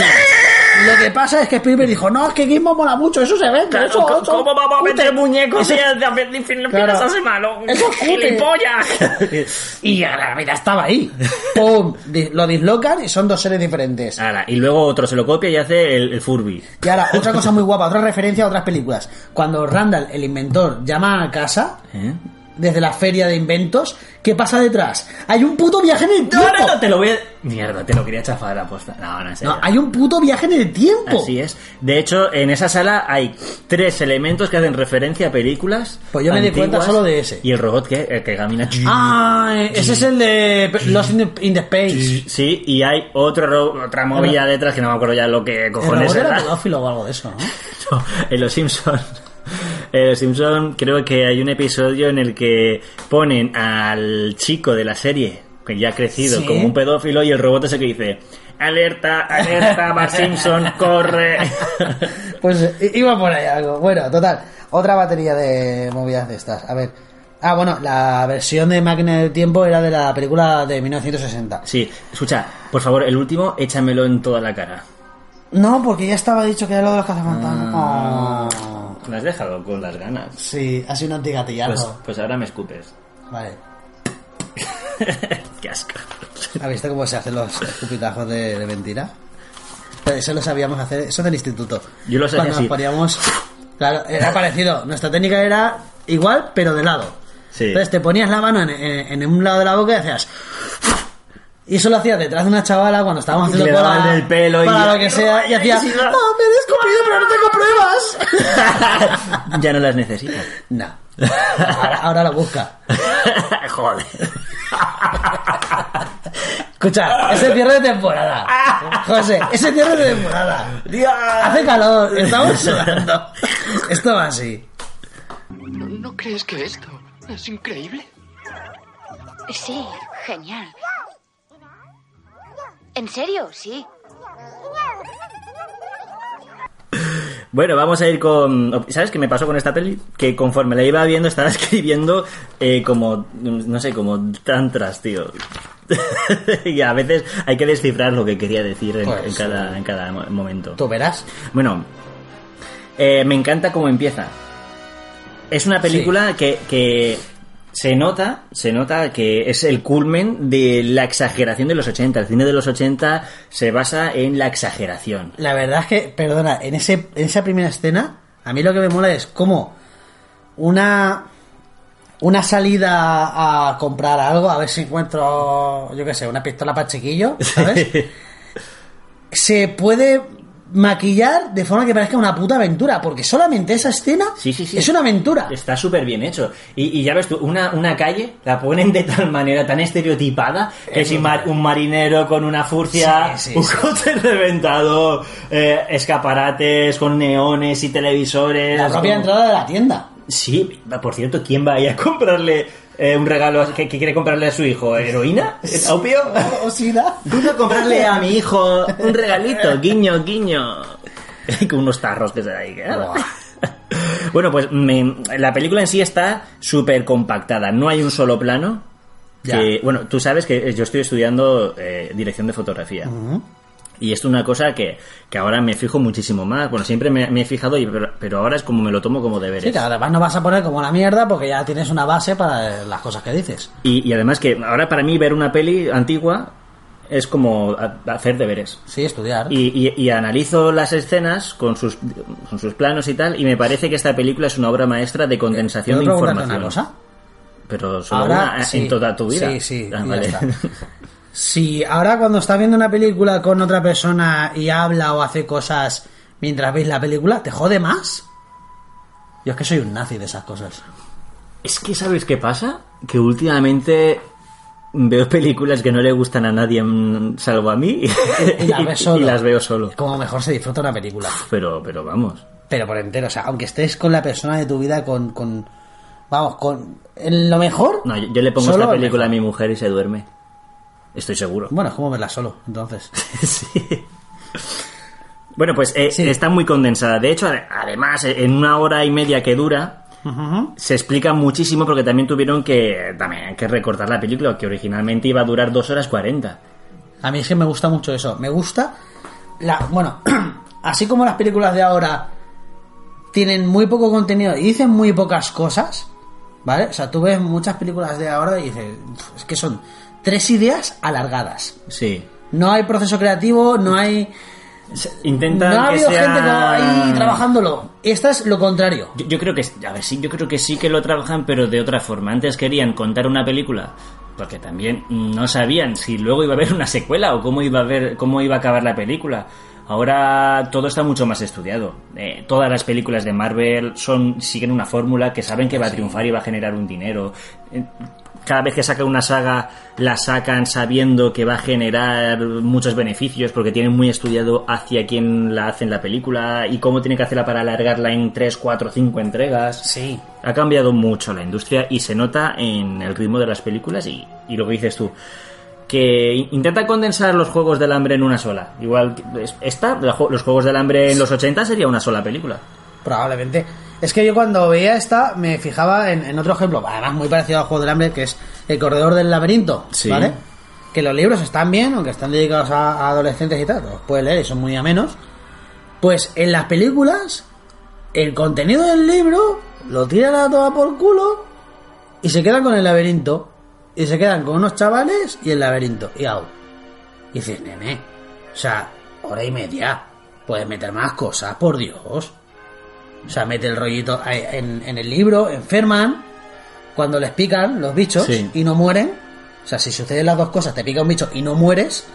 Speaker 1: Lo que pasa es que Spielberg dijo, no, es que Gizmo mola mucho, eso se vende.
Speaker 3: Claro,
Speaker 1: eso,
Speaker 3: ¿cómo-
Speaker 1: eso-
Speaker 3: ¿Cómo vamos a
Speaker 1: Puta,
Speaker 3: meter muñecos
Speaker 1: eso-
Speaker 3: si el David Diffin
Speaker 1: Claro.
Speaker 3: se hace malo?
Speaker 1: Eso es cute.
Speaker 3: ¡Gilipollas!
Speaker 1: Y a la vida estaba ahí. ¡Pum! Di- Lo dislocan y son dos seres diferentes.
Speaker 3: Ahora, y luego otro se lo copia y hace el, el Furby.
Speaker 1: Y ahora, otra cosa muy guapa, otra referencia a otras películas. Cuando Randall, el inventor, llama a casa
Speaker 3: ¿Eh?
Speaker 1: desde la feria de inventos, ¿qué pasa detrás? Hay un puto viaje en el
Speaker 3: No,
Speaker 1: tiempo.
Speaker 3: no, no, te lo voy a... Mierda, te lo quería chafar la posta. No, no, en serio.
Speaker 1: No, hay un puto viaje en el tiempo.
Speaker 3: Así es. De hecho, en esa sala hay tres elementos que hacen referencia a películas.
Speaker 1: Pues yo me di
Speaker 3: antiguas.
Speaker 1: cuenta solo de ese.
Speaker 3: Y el robot que, el que camina.
Speaker 1: Ah, eh, ese es el de Lost in the, in the Space.
Speaker 3: Sí, y hay otro, ro- otra movida detrás que no me acuerdo ya lo que
Speaker 1: El robot
Speaker 3: cojones
Speaker 1: era
Speaker 3: era.
Speaker 1: pedófilo o algo de eso, ¿no?
Speaker 3: No, en Los Simpson. En Los Simpson creo que hay un episodio en el que ponen al chico de la serie que ya ha crecido
Speaker 1: Sí.
Speaker 3: como un pedófilo y el robot ese que dice alerta, alerta, Bart Simpson, corre.
Speaker 1: Pues eh, iba por ahí algo. Bueno, total. Otra batería de movidas de estas. A ver. Ah, bueno, la versión de Máquina del Tiempo era de la película de 1960.
Speaker 3: sí, escucha, por favor, el último échamelo en toda la cara.
Speaker 1: No, porque ya estaba dicho que era lo de los cazafantasmas.
Speaker 3: Ah.
Speaker 1: Oh.
Speaker 3: Me has dejado con las ganas.
Speaker 1: Sí, ha sido un antigatillazo.
Speaker 3: Pues, pues ahora me escupes.
Speaker 1: Vale.
Speaker 3: Qué asco.
Speaker 1: ¿Has visto cómo se hacen los escupitajos de, de mentira? Pero eso lo sabíamos hacer, eso del instituto.
Speaker 3: Yo lo sabía
Speaker 1: Cuando
Speaker 3: así.
Speaker 1: nos poníamos. Claro, era parecido. Nuestra técnica era igual, pero de lado.
Speaker 3: Sí.
Speaker 1: Entonces te ponías la mano en, en- en un lado de la boca y hacías. Y eso lo hacías detrás de una chavala cuando estábamos
Speaker 3: Y le
Speaker 1: haciendo
Speaker 3: daba
Speaker 1: cola.
Speaker 3: en el pelo y-
Speaker 1: Para lo que sea, y hacías.
Speaker 3: Sí,
Speaker 1: ¡No,
Speaker 3: sí,
Speaker 1: me
Speaker 3: no.
Speaker 1: he escupido, pero no tengo pruebas!
Speaker 3: ya no las necesito.
Speaker 1: No. Ahora, ahora lo busca.
Speaker 3: Joder.
Speaker 1: Escucha, ese cierre de temporada. José, ese cierre de temporada. Hace calor, estamos sudando. Esto va así.
Speaker 5: ¿No, no crees que esto es increíble?
Speaker 4: Sí, genial. ¿En serio? Sí.
Speaker 3: Bueno, vamos a ir con... ¿Sabes qué me pasó con esta peli? Que conforme la iba viendo estaba escribiendo eh, como... No sé, como tantras, tío. y a veces hay que descifrar lo que quería decir en,
Speaker 1: Pues
Speaker 3: en cada, en cada mo- momento.
Speaker 1: Tú verás.
Speaker 3: Bueno, eh, me encanta cómo empieza. Es una película que, que se nota, se nota que es el culmen de la exageración de los 80. El cine de los 80 se basa en la exageración.
Speaker 1: La verdad es que, perdona, en, ese, en esa primera escena, a mí lo que me mola es cómo una, una salida a comprar algo, a ver si encuentro, yo qué sé, una pistola para chiquillo, ¿sabes? Se puede maquillar de forma que parezca una puta aventura, porque solamente esa escena
Speaker 3: Sí, sí, sí.
Speaker 1: es una aventura.
Speaker 3: Está súper bien hecho. Y, y ya ves tú, una, una calle la ponen de tal manera, tan estereotipada, que si mar- un marinero con una furcia,
Speaker 1: Sí, sí,
Speaker 3: un
Speaker 1: sí.
Speaker 3: coche reventado, eh, escaparates con neones y televisores.
Speaker 1: La propia
Speaker 3: como-
Speaker 1: entrada de la tienda.
Speaker 3: Sí, por cierto, ¿quién va a ir a comprarle eh, un regalo que, que quiere comprarle a su hijo? ¿Heroína? ¿Es opio?
Speaker 1: O si da.
Speaker 3: Quiero comprarle a mi hijo un regalito, guiño, guiño. Con unos tarros que se da ahí. ¿eh?
Speaker 1: Buah.
Speaker 3: Bueno, pues me- la película en sí está súper compactada. No hay un solo plano.
Speaker 1: Ya.
Speaker 3: que- bueno, tú sabes que yo estoy estudiando eh, dirección de fotografía. Y esto es una cosa que, que ahora me fijo muchísimo más. Bueno, siempre me, me he fijado, y, pero, pero ahora es como me lo tomo como deberes.
Speaker 1: Sí, que además no vas a poner como la mierda porque ya tienes una base para las cosas que dices.
Speaker 3: Y, y además que ahora para mí ver una peli antigua es como a- hacer deberes.
Speaker 1: Sí, estudiar.
Speaker 3: Y, y- y analizo las escenas con sus, con sus planos y tal, y me parece que esta película es una obra maestra de condensación
Speaker 1: ¿Puedo
Speaker 3: de
Speaker 1: preguntarte
Speaker 3: información.
Speaker 1: una cosa?
Speaker 3: Pero solo
Speaker 1: Ahora,
Speaker 3: una, eh,
Speaker 1: sí.
Speaker 3: en toda tu vida.
Speaker 1: Sí, sí,
Speaker 3: Ah,
Speaker 1: ya
Speaker 3: vale.
Speaker 1: está. Si ahora cuando estás viendo una película con otra persona y habla o hace cosas mientras veis la película, ¿te jode más? Yo es que soy un nazi de esas cosas.
Speaker 3: Es que, ¿sabes qué pasa? Que últimamente veo películas que no le gustan a nadie mm, salvo a mí
Speaker 1: Y las ves solo.
Speaker 3: y las veo solo.
Speaker 1: Como mejor se disfruta una película.
Speaker 3: Pero, pero vamos.
Speaker 1: Pero por entero, o sea, aunque estés con la persona de tu vida, con, con Vamos, con en lo mejor.
Speaker 3: No, yo, yo le pongo
Speaker 1: solo
Speaker 3: esta
Speaker 1: al
Speaker 3: película a
Speaker 1: mejor.
Speaker 3: mi mujer y se duerme. Estoy seguro.
Speaker 1: Bueno, es como verla solo, entonces.
Speaker 3: Sí. Bueno, pues eh,
Speaker 1: Sí.
Speaker 3: está muy condensada. De hecho, ade- además, eh, en una hora y media que dura, se explica muchísimo porque también tuvieron que, también, que recortar la película, que originalmente iba a durar dos horas 40.
Speaker 1: A mí es que me gusta mucho eso. Me gusta. La, bueno, así como las películas de ahora tienen muy poco contenido y dicen muy pocas cosas, ¿vale? O sea, tú ves muchas películas de ahora y dices, "Pf, es que son tres ideas alargadas.
Speaker 3: Sí.
Speaker 1: No hay proceso creativo, no hay.
Speaker 3: Intentan
Speaker 1: no ha
Speaker 3: que
Speaker 1: habido
Speaker 3: sea-
Speaker 1: gente como ahí trabajándolo. Esta es lo contrario.
Speaker 3: Yo, yo creo que a ver, sí, yo creo que sí que lo trabajan, pero de otra forma. Antes querían contar una película, porque también no sabían si luego iba a haber una secuela o cómo iba a haber, cómo iba a acabar la película. Ahora todo está mucho más estudiado. Eh, todas las películas de Marvel son siguen una fórmula que saben que va a triunfar y va a generar un dinero. Eh, cada vez que saca una saga la sacan sabiendo que va a generar muchos beneficios porque tienen muy estudiado hacia quién la hacen la película y cómo tienen que hacerla para alargarla en 3, 4, 5 entregas.
Speaker 1: Sí.
Speaker 3: Ha cambiado mucho la industria y se nota en el ritmo de las películas y, y lo que dices tú. Que intenta condensar los Juegos del Hambre en una sola. Igual, que es- esta, la ju- los Juegos del Hambre en los 80 sería una sola película.
Speaker 1: Probablemente. Es que yo cuando veía esta me fijaba en, en otro ejemplo, además muy parecido al juego del hambre, que es El Corredor del Laberinto,
Speaker 3: Sí.
Speaker 1: ¿vale? Que los libros están bien, aunque están dedicados a, a adolescentes y tal, los puedes leer y son muy amenos. Pues en las películas, el contenido del libro lo tiran a toda por culo y se quedan con el laberinto. Y se quedan con unos chavales y el laberinto. Y au. Y dices, nene, o sea, hora y media, puedes meter más cosas, por Dios. O sea, mete el rollito ahí en, en el libro, enferman, cuando les pican los bichos
Speaker 3: Sí.
Speaker 1: y no mueren. O sea, si suceden las dos cosas, te pica un bicho y no mueres,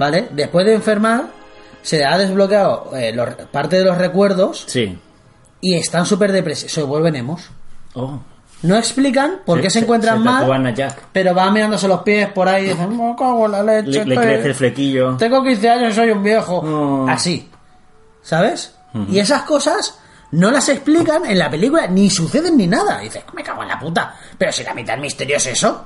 Speaker 1: ¿vale? Después de enfermar, se ha desbloqueado eh, los- parte de los recuerdos
Speaker 3: Sí.
Speaker 1: y están súper depresivos, se vuelven emos.
Speaker 3: Oh.
Speaker 1: No explican por qué se, encuentran
Speaker 3: se
Speaker 1: mal,
Speaker 3: tatúan a Jack.
Speaker 1: pero van mirándose los pies por ahí y dicen, me cago en la leche.
Speaker 3: Le, le
Speaker 1: estoy-
Speaker 3: crece el Oh. flequillo.
Speaker 1: tengo 15 años, soy un viejo.
Speaker 3: No.
Speaker 1: Así. ¿Sabes? Y esas cosas no las explican en la película, ni suceden ni nada. Dices, me cago en la puta. Pero si la mitad del misterio es eso.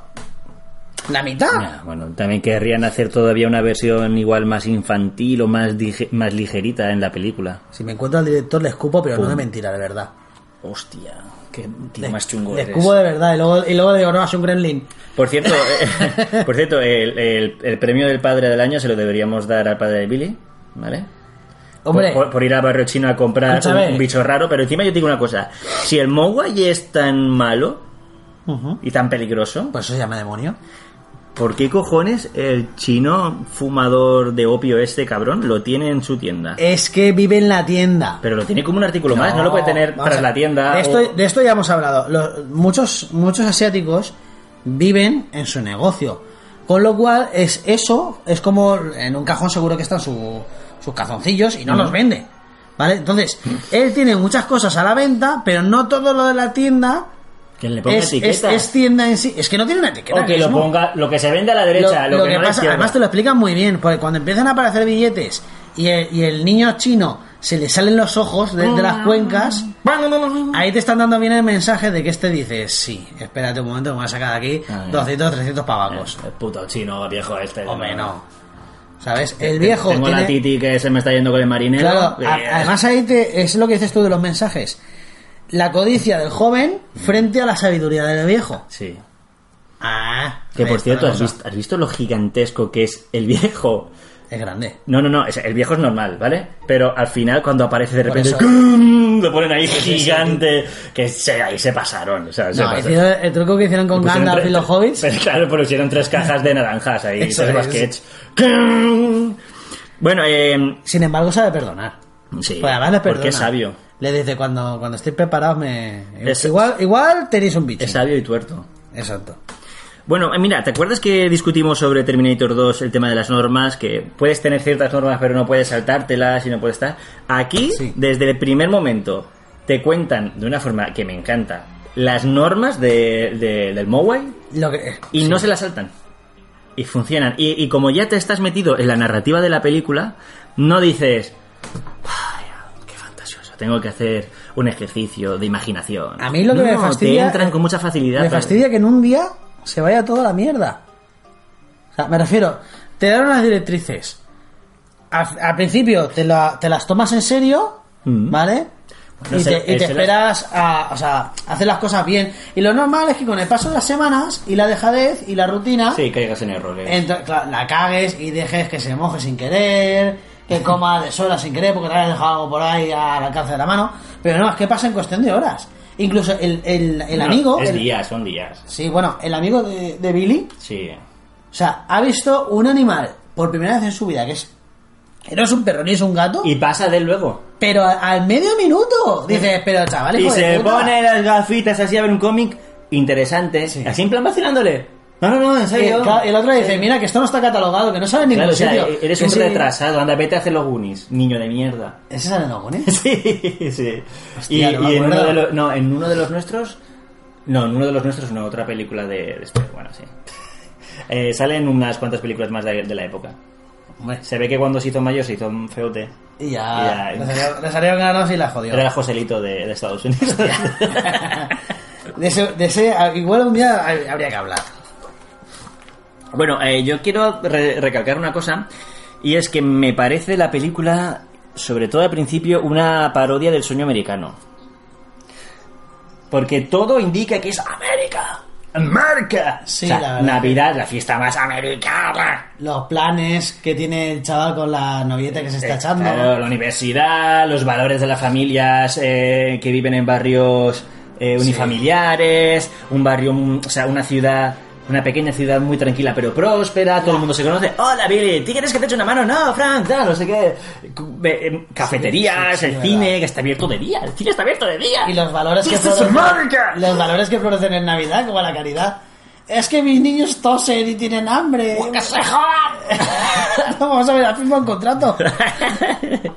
Speaker 1: La mitad.
Speaker 3: Ya, bueno, también querrían hacer todavía una versión igual más infantil o más, dige- más ligerita en la película.
Speaker 1: Si me encuentro al director, le escupo, pero no de mentira, de verdad.
Speaker 3: Hostia, qué tío
Speaker 1: Le,
Speaker 3: más chungo
Speaker 1: le
Speaker 3: eres.
Speaker 1: escupo de verdad. Y luego, y luego digo, no, es un gremlin.
Speaker 3: Por cierto, eh, por cierto el, el- el premio del padre del año se lo deberíamos dar al padre de Billy, ¿vale?
Speaker 1: Hombre,
Speaker 3: Por, por- por ir a Barrio Chino a comprar un,
Speaker 1: Escúchame.
Speaker 3: un bicho raro, pero encima yo te digo una cosa. Si el Mogwai es tan malo
Speaker 1: Ujú.
Speaker 3: y tan peligroso,
Speaker 1: pues eso se llama demonio.
Speaker 3: ¿por qué cojones el chino fumador de opio este cabrón lo tiene en su tienda?
Speaker 1: Es que vive en la tienda.
Speaker 3: Pero lo tiene como un artículo más, no lo puede tener
Speaker 1: vamos
Speaker 3: tras
Speaker 1: a-
Speaker 3: la tienda.
Speaker 1: De esto,
Speaker 3: o-
Speaker 1: de esto ya hemos hablado. Los- muchos, muchos asiáticos viven en su negocio. Con lo cual, es eso es como en un cajón seguro que están su- sus cazoncillos y no los vende. ¿Vale? Entonces, él tiene muchas cosas a la venta, pero no todo lo de la tienda
Speaker 3: Que le ponga
Speaker 1: es, es- este
Speaker 3: etiqueta.
Speaker 1: es tienda en sí. Es que no tiene una etiqueta.
Speaker 3: o que
Speaker 1: es
Speaker 3: lo
Speaker 1: un-
Speaker 3: ponga, lo que se vende a la derecha, lo,
Speaker 1: lo
Speaker 3: que, no a la
Speaker 1: pasa,
Speaker 3: izquierda. Eh,
Speaker 1: además te lo explican muy bien, porque cuando empiezan a aparecer billetes y el, y el niño chino se le salen los ojos de, de las cuencas, ahí te están dando bien el mensaje de que este dice, sí, espérate un momento, me voy a sacar de aquí
Speaker 3: Ah, ya. Eh,
Speaker 1: 200, 300 pavacos.
Speaker 3: El puto chino viejo este.
Speaker 1: Hombre, no. ¿Sabes? El viejo...
Speaker 3: Tengo la
Speaker 1: tiene-
Speaker 3: titi que se me está yendo con el marinero.
Speaker 1: Claro, a-
Speaker 3: Eh,
Speaker 1: además ahí te, es lo que dices tú de los mensajes. La codicia del joven
Speaker 3: Mm.
Speaker 1: frente a la sabiduría del viejo.
Speaker 3: Sí.
Speaker 1: Ah,
Speaker 3: Que
Speaker 1: ahí
Speaker 3: por
Speaker 1: está
Speaker 3: cierto,
Speaker 1: la
Speaker 3: ¿has
Speaker 1: cosa.
Speaker 3: visto, has visto lo gigantesco que es el viejo?
Speaker 1: Es grande.
Speaker 3: No, no, no, es- el viejo es normal, ¿vale? Pero al final cuando aparece de
Speaker 1: Por
Speaker 3: repente...
Speaker 1: eso.
Speaker 3: ¡cum! Lo ponen ahí gigante. Que se, ahí se pasaron. O sea, se
Speaker 1: No,
Speaker 3: pasaron.
Speaker 1: hicieron el truco que hicieron con
Speaker 3: Pusieron
Speaker 1: Gandalf
Speaker 3: tres-
Speaker 1: y los hobbits.
Speaker 3: Pero claro, pero hicieron tres cajas de naranjas ahí,
Speaker 1: Eso
Speaker 3: tres
Speaker 1: es.
Speaker 3: baskets. Bueno, eh,
Speaker 1: Sin embargo, sabe perdonar.
Speaker 3: sí,
Speaker 1: Pues además le perdona.
Speaker 3: porque es sabio.
Speaker 1: Le dice, cuando, cuando estéis preparados me...
Speaker 3: Es-
Speaker 1: igual, igual tenéis un bicho.
Speaker 3: Es sabio y tuerto.
Speaker 1: Exacto.
Speaker 3: Bueno, eh, mira, ¿te acuerdas que discutimos sobre Terminator 2 el tema de las normas? Que puedes tener ciertas normas, pero no puedes saltártelas y no puedes estar. Aquí,
Speaker 1: Sí.
Speaker 3: desde el primer momento, te cuentan de una forma que me encanta las normas de- de- del Mowai
Speaker 1: Lo que, eh,
Speaker 3: y no se las saltan. Y funcionan. Y, y como ya te estás metido en la narrativa de la película, no dices. "Ay, ¡Qué fantasiosa! sea, tengo que hacer un ejercicio de imaginación.
Speaker 1: A mí lo que
Speaker 3: No,
Speaker 1: me fastidia-
Speaker 3: Te entran con mucha facilidad.
Speaker 1: Me
Speaker 3: pero-
Speaker 1: fastidia que en un día se vaya toda la mierda. O sea, me refiero, te dan unas directrices. Al, al principio te, la- te las tomas en serio,
Speaker 3: Mm.
Speaker 1: ¿vale?
Speaker 3: Bueno,
Speaker 1: y,
Speaker 3: se-
Speaker 1: te, y te
Speaker 3: se las-
Speaker 1: esperas a o sea, hacer las cosas bien. Y lo normal es que con el paso de las semanas y la dejadez y la rutina,
Speaker 3: Sí, caigas en errores.
Speaker 1: ento- claro, la cagues y dejes que se moje sin querer, que coma de sola sin querer porque te has dejado algo por ahí al alcance de la mano. Pero no, es que pasa en cuestión de horas. Incluso el, el- el
Speaker 3: No,
Speaker 1: amigo...
Speaker 3: Es
Speaker 1: el-
Speaker 3: días, son días.
Speaker 1: Sí, bueno, el amigo de, de Billy,
Speaker 3: Sí.
Speaker 1: o sea, ha visto un animal por primera vez en su vida, que es. que no es un perro ni es un gato,
Speaker 3: Y pasa de él luego.
Speaker 1: pero a- al medio minuto dices, pero chaval,
Speaker 3: Y
Speaker 1: hijo de
Speaker 3: se
Speaker 1: puta".
Speaker 3: pone las gafitas así a ver un cómic interesante. Así en plan vacilándole. No, no, no, en
Speaker 1: Y
Speaker 3: serio.
Speaker 1: el, Eh, claro, el otro le dice, mira que esto no está catalogado, que no sabe en ningún
Speaker 3: Claro, o sea,
Speaker 1: sitio.
Speaker 3: eres
Speaker 1: Que
Speaker 3: un
Speaker 1: sí.
Speaker 3: retrasado. Anda, vete a hacer los Goonies, niño de mierda.
Speaker 1: Ese sale en los Goonies.
Speaker 3: Sí, sí.
Speaker 1: Hostia,
Speaker 3: y
Speaker 1: no me
Speaker 3: y en,
Speaker 1: acuerdo.
Speaker 3: uno de los, no, en uno de los nuestros. No, en uno de los nuestros, no, otra película de, de Spielberg, Bueno, sí. Eh, salen unas cuantas películas más de, de la época.
Speaker 1: Hombre,
Speaker 3: Se ve que cuando se hizo mayor se hizo un feote.
Speaker 1: y ya.
Speaker 3: Y ya.
Speaker 1: Le salieron- Le salieron ganas y la jodió.
Speaker 3: Era el Joselito de, de Estados Unidos.
Speaker 1: De ese, de ese, igual un día hay- habría que hablar.
Speaker 3: Bueno, eh, yo quiero re- recalcar una cosa, y es que me parece la película, sobre todo al principio, una parodia del sueño americano. Porque todo indica que es América. ¡América!
Speaker 1: Sí,
Speaker 3: O sea,
Speaker 1: la verdad.
Speaker 3: Navidad, la fiesta más americana.
Speaker 1: Los planes que tiene el chaval con la novieta que se está echando.
Speaker 3: Eh, Claro, la universidad, los valores de las familias eh, que viven en barrios eh, unifamiliares, un barrio, mm, o sea, una ciudad, una pequeña ciudad muy tranquila pero próspera, todo el mundo se conoce. Hola Billy, ¿tú quieres que te eche una mano? No, Frank, tal, no sé qué. Cu- eh, em, Cafeterías,
Speaker 1: sí, sí,
Speaker 3: el
Speaker 1: verdad.
Speaker 3: cine, que está abierto de día, el cine está abierto de día.
Speaker 1: Y los valores que
Speaker 3: This is
Speaker 1: florecen,
Speaker 3: America.
Speaker 1: los valores que florecen en Navidad, como la caridad. Es que mis niños tosen y tienen hambre.
Speaker 3: ¡Que se jodan!
Speaker 1: No, vamos a ver, has firmado un contrato.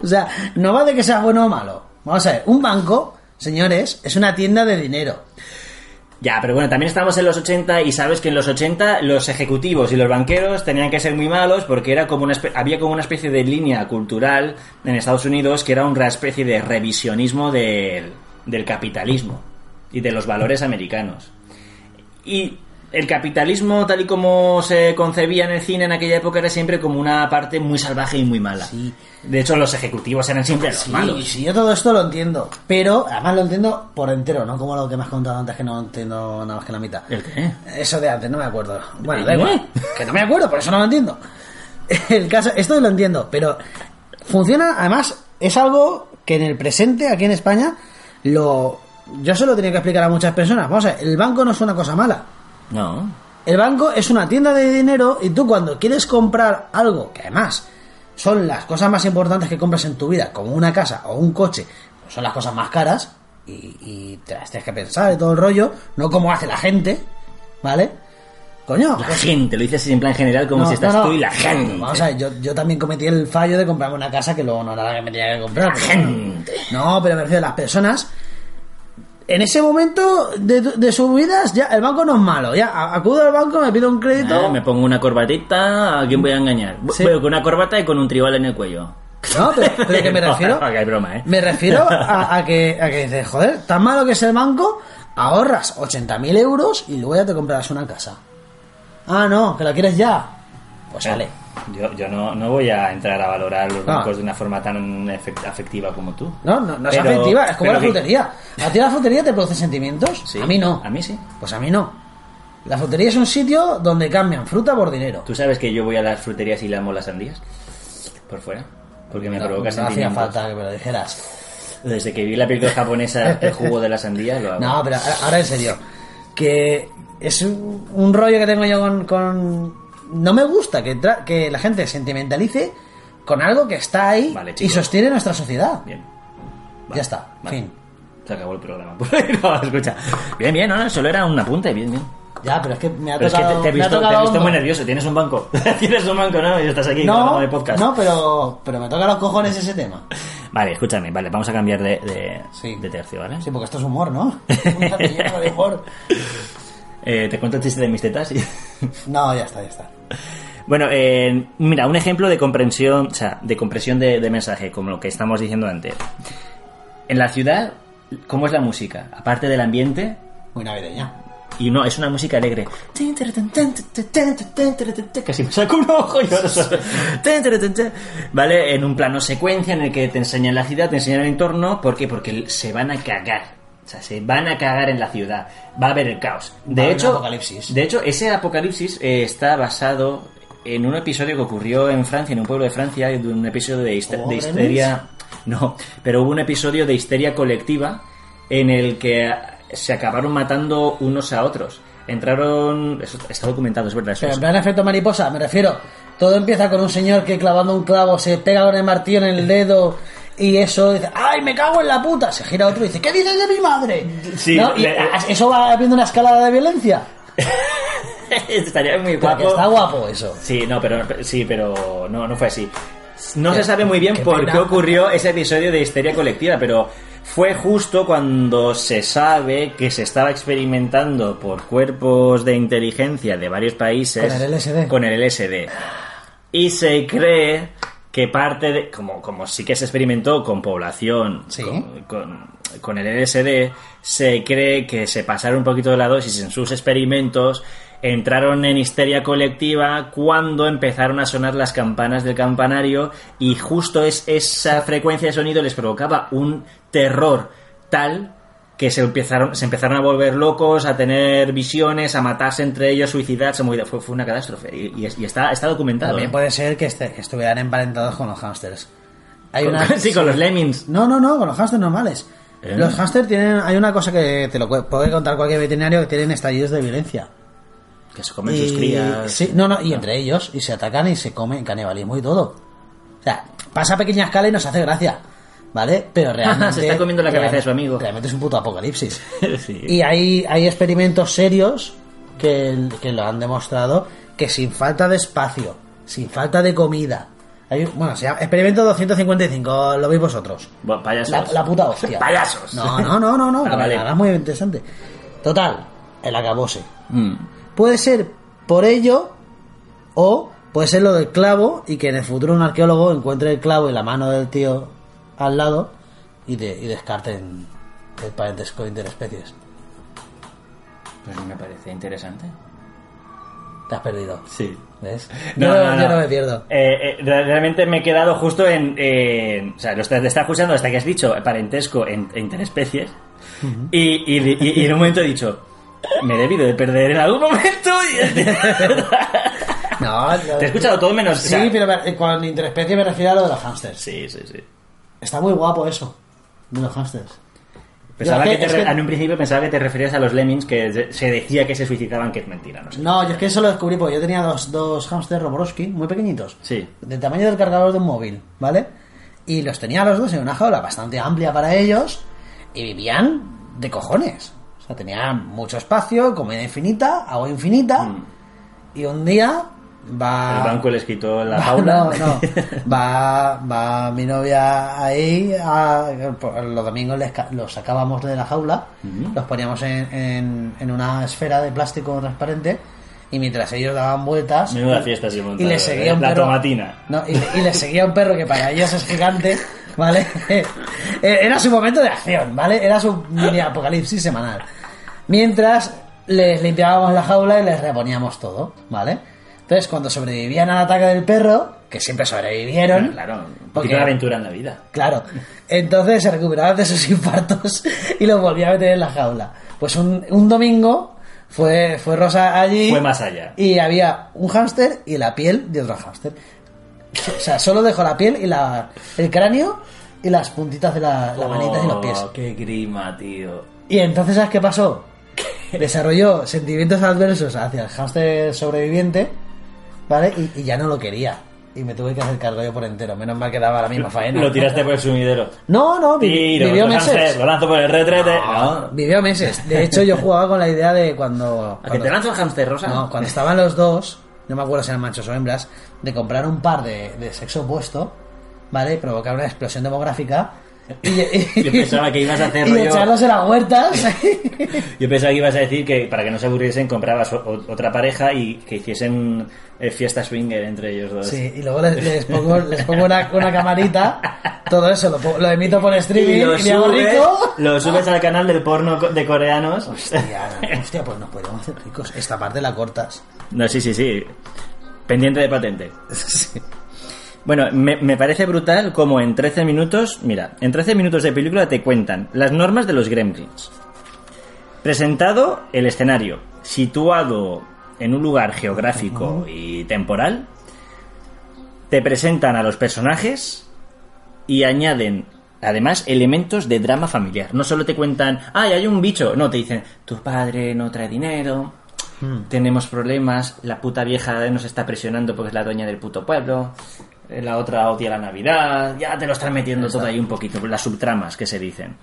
Speaker 1: O sea, no va de que sea bueno o malo. Vamos a ver, un banco, señores, es una tienda de dinero.
Speaker 3: Ya, pero bueno, también estamos en los 80 y sabes que en los 80 los ejecutivos y los banqueros tenían que ser muy malos porque era como una espe- había como una especie de línea cultural en Estados Unidos que era una especie de revisionismo del, del capitalismo y de los valores americanos. Y el capitalismo tal y como se concebía en el cine en aquella época era siempre como una parte muy salvaje y muy mala.
Speaker 1: Sí.
Speaker 3: De hecho, los ejecutivos eran siempre los
Speaker 1: Sí,
Speaker 3: malos.
Speaker 1: sí, yo todo esto lo entiendo. Pero, además lo entiendo por entero, no como lo que me has contado antes que no entiendo nada más que la mitad.
Speaker 3: ¿El qué?
Speaker 1: Eso de antes, no me acuerdo. Bueno, da
Speaker 3: ¿Eh?
Speaker 1: igual. Que no me acuerdo, por eso no lo entiendo. El caso, esto lo entiendo, pero funciona, además, es algo que en el presente, aquí en España, lo. Yo se lo tenía que explicar a muchas personas. Vamos a ver, el banco no es una cosa mala.
Speaker 3: No.
Speaker 1: El banco es una tienda de dinero y tú cuando quieres comprar algo, que además son las cosas más importantes que compras en tu vida, como una casa o un coche, pues son las cosas más caras y, y te las tienes que pensar y todo el rollo, no como hace la gente, ¿vale? Coño,
Speaker 3: La
Speaker 1: pues-
Speaker 3: gente, lo dices en plan general como
Speaker 1: no,
Speaker 3: si estás
Speaker 1: no, no.
Speaker 3: tú y la gente.
Speaker 1: Vamos a ver, yo, yo también cometí el fallo de comprarme una casa que luego no era la que me tenía que comprar. pero bueno.
Speaker 3: gente.
Speaker 1: No, pero me refiero a las personas. En ese momento de, de sus vidas, ya el banco no es malo. Ya a- acudo al banco, me pido un crédito.
Speaker 3: Ah, me pongo una corbatita, ¿a quién voy a engañar?
Speaker 1: Sí.
Speaker 3: Veo con una corbata y con un tribal en el cuello.
Speaker 1: No, pero, pero que me refiero.
Speaker 3: Ah, que hay broma, ¿eh?
Speaker 1: Me refiero a, a que, a que dices, joder, tan malo que es el banco, ahorras 80.000 euros y luego ya te comprarás una casa. Ah, no, que la quieres ya. Pues vale.
Speaker 3: Yo, yo no, no voy a entrar a valorar los
Speaker 1: Ah.
Speaker 3: bancos de una forma tan efect- afectiva como tú.
Speaker 1: No, no, no es
Speaker 3: Pero-
Speaker 1: afectiva, es como
Speaker 3: pero
Speaker 1: la
Speaker 3: que-
Speaker 1: frutería. ¿A ti la frutería te produce sentimientos?
Speaker 3: Sí.
Speaker 1: A mí no.
Speaker 3: A mí sí.
Speaker 1: Pues a mí no. La frutería es un sitio donde cambian fruta por dinero.
Speaker 3: ¿Tú sabes que yo voy a las fruterías y le amo las sandías? Por fuera. Porque me
Speaker 1: no,
Speaker 3: provoca
Speaker 1: no hacía
Speaker 3: sentimientos.
Speaker 1: falta que me lo dijeras.
Speaker 3: Desde que vi la película japonesa El jugo de la sandía, lo hago.
Speaker 1: No, pero ahora- ahora en serio. Que es un, un rollo que tengo yo con... con- No me gusta que, tra- que la gente sentimentalice con algo que está ahí
Speaker 3: Vale,
Speaker 1: y
Speaker 3: chico.
Speaker 1: sostiene nuestra sociedad.
Speaker 3: Bien.
Speaker 1: ya está,
Speaker 3: vale.
Speaker 1: fin.
Speaker 3: Se acabó el programa. no, escucha. Bien, bien, no, no, solo era un apunte, bien, bien.
Speaker 1: Ya, pero es que me ha
Speaker 3: Pero es que te,
Speaker 1: tocado...
Speaker 3: te he
Speaker 1: me ha
Speaker 3: visto, te he
Speaker 1: tocado
Speaker 3: visto muy
Speaker 1: hondo.
Speaker 3: nervioso. Tienes un banco. Tienes un banco, ¿no? Y estás aquí grabando
Speaker 1: No,
Speaker 3: de podcast.
Speaker 1: no pero, pero me toca los cojones ese tema.
Speaker 3: Vale, escúchame. Vale, vamos a cambiar de, de,
Speaker 1: Sí.
Speaker 3: de tercio, ¿vale?
Speaker 1: Sí, porque esto es humor, ¿no? Una rellena de humor.
Speaker 3: Eh, te cuento el chiste de mis tetas. y-
Speaker 1: No, ya está, ya está.
Speaker 3: bueno, eh, mira, un ejemplo de comprensión, o sea, de compresión de, de mensaje, como lo que estamos diciendo antes. En la ciudad, ¿cómo es la música? Aparte del ambiente,
Speaker 1: Muy navideña.
Speaker 3: y no, es una música alegre. Casi me saco un ojo y ahora solo- Vale, en un plano secuencia en el que te enseñan la ciudad, te enseñan el entorno. ¿Por qué? Porque se van a cagar. O sea, se van a cagar en la ciudad. Va a haber el caos. De
Speaker 1: Va a haber
Speaker 3: hecho,
Speaker 1: un apocalipsis.
Speaker 3: De hecho, ese apocalipsis eh, está basado en un episodio que ocurrió en Francia, en un pueblo de Francia, de un episodio de, histe- de
Speaker 1: ¿Cobrenes?
Speaker 3: histeria. No, pero hubo un episodio de histeria colectiva en el que se acabaron matando unos a otros. Entraron. Eso está documentado, es verdad. Eso
Speaker 1: Pero
Speaker 3: es-
Speaker 1: en plan efecto mariposa, me refiero. Todo empieza con un señor que clavando un clavo se pega con el martillo en el dedo y eso dice, ¡ay, me cago en la puta! Se gira otro y dice, ¿qué dices de mi madre?
Speaker 3: Sí,
Speaker 1: ¿No? Y
Speaker 3: le-
Speaker 1: a- eso va habiendo una escalada de violencia.
Speaker 3: Estaría muy
Speaker 1: Porque
Speaker 3: guapo.
Speaker 1: está guapo eso.
Speaker 3: Sí, no, pero sí, pero no, no fue así. No se sabe muy bien
Speaker 1: qué
Speaker 3: por
Speaker 1: pena.
Speaker 3: qué ocurrió ese episodio de histeria colectiva, pero fue justo cuando se sabe que se estaba experimentando por cuerpos de inteligencia de varios países
Speaker 1: Con el LSD.
Speaker 3: con el LSD. Y se cree que parte de. Como, como sí que se experimentó con población
Speaker 1: Sí.
Speaker 3: con, con- con el LSD, se cree que se pasaron un poquito de la dosis en sus experimentos, entraron en histeria colectiva cuando empezaron a sonar las campanas del campanario y justo es esa frecuencia de sonido les provocaba un terror tal que se empezaron, se empezaron a volver locos, a tener visiones, a matarse entre ellos, suicidarse, muy- fue, fue una catástrofe. Y, y es- y está, está documentado.
Speaker 1: También
Speaker 3: ¿eh?
Speaker 1: puede ser que, este- que estuvieran emparentados con los hámsters. Hay
Speaker 3: Con-
Speaker 1: una...
Speaker 3: sí, con los lemmings.
Speaker 1: No, no, no, con los hámsters normales.
Speaker 3: ¿Eh?
Speaker 1: Los hámsters tienen... Hay una cosa que te lo cu- puede contar cualquier veterinario que tienen estallidos de violencia.
Speaker 3: Que se comen
Speaker 1: Y-
Speaker 3: sus crías. eh,
Speaker 1: Sí, no, no, y entre ellos, y se atacan y se comen canibalismo y todo. O sea, pasa a pequeña escala y nos hace gracia, ¿vale? Pero realmente.
Speaker 3: Se está comiendo la cabeza de su amigo.
Speaker 1: Realmente es un puto apocalipsis.
Speaker 3: Sí.
Speaker 1: Y hay, hay experimentos serios que, que lo han demostrado que sin falta de espacio, sin falta de comida. Hay, un- bueno, se llama experimento 255, lo veis vosotros.
Speaker 3: Bueno, payasos.
Speaker 1: La, la puta hostia.
Speaker 3: Payasos.
Speaker 1: No, no, no, no, no.
Speaker 3: Ah,
Speaker 1: que
Speaker 3: vale.
Speaker 1: la verdad es muy interesante. Total, el acabose.
Speaker 3: Mm.
Speaker 1: Puede ser por ello o puede ser lo del clavo y que en el futuro un arqueólogo encuentre el clavo y la mano del tío al lado y, de- y descarten el parentesco interespecies.
Speaker 3: Pues me parece interesante.
Speaker 1: Te has perdido.
Speaker 3: Sí.
Speaker 1: ¿Ves? yo, yo no me pierdo.
Speaker 3: Eh, eh, re- realmente me he quedado justo en. en- o sea, lo estás, te estás escuchando hasta que has dicho parentesco en, e interespecies. y, y- y- y en un momento he dicho. Me he debido de perder en algún momento. y-
Speaker 1: No, yo-
Speaker 3: te he escuchado todo menos. o sea,
Speaker 1: Sí, pero me- con interespecie me refiero a lo de los hamsters.
Speaker 3: Sí, sí, sí.
Speaker 1: Está muy guapo eso, de los hamsters.
Speaker 3: Pensaba
Speaker 1: Yo
Speaker 3: que
Speaker 1: es que-
Speaker 3: te re-
Speaker 1: es que-
Speaker 3: En un principio pensaba que te referías a los lemmings que de- se decía que se suicidaban, que es mentira, no sé.
Speaker 1: No, yo es que eso lo descubrí porque yo tenía dos, dos hamsters Roborowski muy pequeñitos.
Speaker 3: Sí.
Speaker 1: Del tamaño del cargador de un móvil, ¿vale? Y los tenía los dos en una jaula bastante amplia para ellos y vivían de cojones. O sea, tenían mucho espacio, comida infinita, agua infinita. Y un día va.
Speaker 3: Mm. El banco les quitó la
Speaker 1: va-
Speaker 3: jaula.
Speaker 1: Ah. No, no. Va, va mi novia ahí. a- por- los domingos les ca- los sacábamos de la jaula, los poníamos en, en- en una esfera de plástico transparente. Y mientras ellos daban vueltas.
Speaker 3: Menuda fiesta se
Speaker 1: Y
Speaker 3: montaron,
Speaker 1: les seguía
Speaker 3: ¿eh?
Speaker 1: un
Speaker 3: La
Speaker 1: perro.
Speaker 3: tomatina.
Speaker 1: No, y, le- y les seguía un perro que para ellos es gigante, ¿vale? Eh, Era su momento de acción, ¿vale? Era su mini apocalipsis semanal. Mientras les limpiábamos la jaula y les reponíamos todo, ¿vale? Entonces, cuando sobrevivían al ataque del perro, que siempre sobrevivieron.
Speaker 3: Mm, Claro, un
Speaker 1: ¿Eh? porque-
Speaker 3: poquito de aventura en la vida.
Speaker 1: Claro. Entonces se recuperaban de sus infartos y los volvía a meter en la jaula. Pues un, un domingo fue, fue Rosa allí.
Speaker 3: Fue más allá.
Speaker 1: Y había un hámster y la piel de otro hámster. O sea, solo dejó la piel y la, el cráneo y las puntitas de la, las manitas y los pies.
Speaker 3: Oh, Qué grima, tío.
Speaker 1: Y entonces, ¿sabes qué pasó? Desarrolló sentimientos adversos hacia el hámster sobreviviente, ¿vale? Y, y ya no lo quería. Y me tuve que hacer cargo yo por entero. Menos mal que daba la misma faena.
Speaker 3: Lo tiraste por el sumidero.
Speaker 1: No, no, vi-
Speaker 3: Tiro,
Speaker 1: vivió
Speaker 3: lo lancé,
Speaker 1: meses. Ah.
Speaker 3: lo lanzo por el retrete.
Speaker 1: No, vivió meses. De hecho, yo jugaba con la idea de cuando.
Speaker 3: ¿A que te
Speaker 1: cuando-
Speaker 3: lanzo el hamster rosa?
Speaker 1: no, cuando estaban los dos, no me acuerdo si eran machos o hembras, de comprar un par de, de sexo opuesto, ¿vale? Y provocar una explosión demográfica. Y, y-
Speaker 3: Yo pensaba que ibas a hacer
Speaker 1: y
Speaker 3: rollo-
Speaker 1: echarlos en las huertas.
Speaker 3: Yo pensaba que ibas a decir que para que no se aburriesen comprabas o- o- otra pareja y que hiciesen eh, fiesta swinger entre ellos dos.
Speaker 1: Sí, y luego les, les pongo, les pongo una, una camarita Todo eso lo, po- lo emito por streaming y,
Speaker 3: lo,
Speaker 1: me hago
Speaker 3: subes-
Speaker 1: rico.
Speaker 3: lo subes al canal del porno co- de coreanos.
Speaker 1: Hostia, no, hostia, pues nos podemos hacer ricos. Esta parte la cortas.
Speaker 3: No, sí, sí, sí. Pendiente de patente.
Speaker 1: Sí.
Speaker 3: Bueno, me, me parece brutal como en 13 minutos, mira, en 13 minutos de película te cuentan las normas de los gremlins. Presentado el escenario, situado en un lugar geográfico y temporal, te presentan a los personajes y añaden además elementos de drama familiar. No solo te cuentan, ay, hay un bicho, no, te dicen, tu padre no trae dinero,
Speaker 1: Hmm.
Speaker 3: tenemos problemas, la puta vieja nos está presionando porque es la dueña del puto pueblo, eh, la otra odia la Navidad, ya te lo están metiendo todo ahí un poquito, las subtramas que se dicen.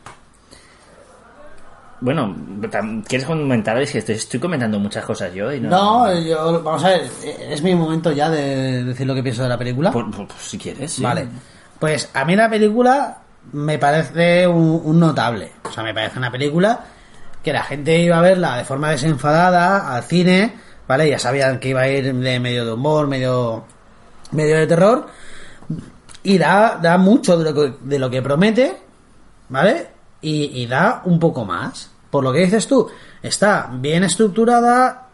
Speaker 3: Bueno, tam- ¿quieres comentar? Es que estoy, estoy comentando muchas cosas yo y no...
Speaker 1: No, eh, yo, vamos a ver, es mi momento ya de decir lo que pienso de la película.
Speaker 3: Por- por- por si quieres, sí.
Speaker 1: Vale. Pues a mí la película me parece un, un notable. O sea, me parece una película que la gente iba a verla de forma desenfadada al cine, ¿vale? Ya sabían que iba a ir de medio de humor, medio, medio de terror. Y da, da mucho de lo, que, de lo que promete, ¿vale? Y, y da un poco más. Por lo que dices tú, está bien estructurada,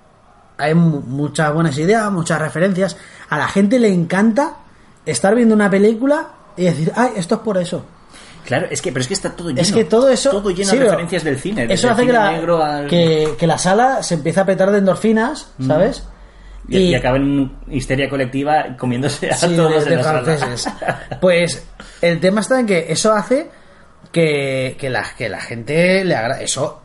Speaker 1: hay mu- muchas buenas ideas, muchas referencias. A la gente le encanta estar viendo una película y decir, ay, esto es por eso.
Speaker 3: Claro, es que, pero es que está todo lleno.
Speaker 1: es que todo eso.
Speaker 3: Todo lleno
Speaker 1: sí,
Speaker 3: de
Speaker 1: pero
Speaker 3: referencias del cine. desde
Speaker 1: Eso
Speaker 3: el
Speaker 1: hace que
Speaker 3: cine
Speaker 1: la,
Speaker 3: negro al- Mm.
Speaker 1: que, que la sala se empieza a petar de endorfinas, ¿sabes?
Speaker 3: Y, y acaba en histeria colectiva comiéndose a
Speaker 1: Sí,
Speaker 3: todos
Speaker 1: de-
Speaker 3: en
Speaker 1: de
Speaker 3: la sala.
Speaker 1: franceses. Pues el tema está en que eso hace que, que, la, que la gente le agrade. Eso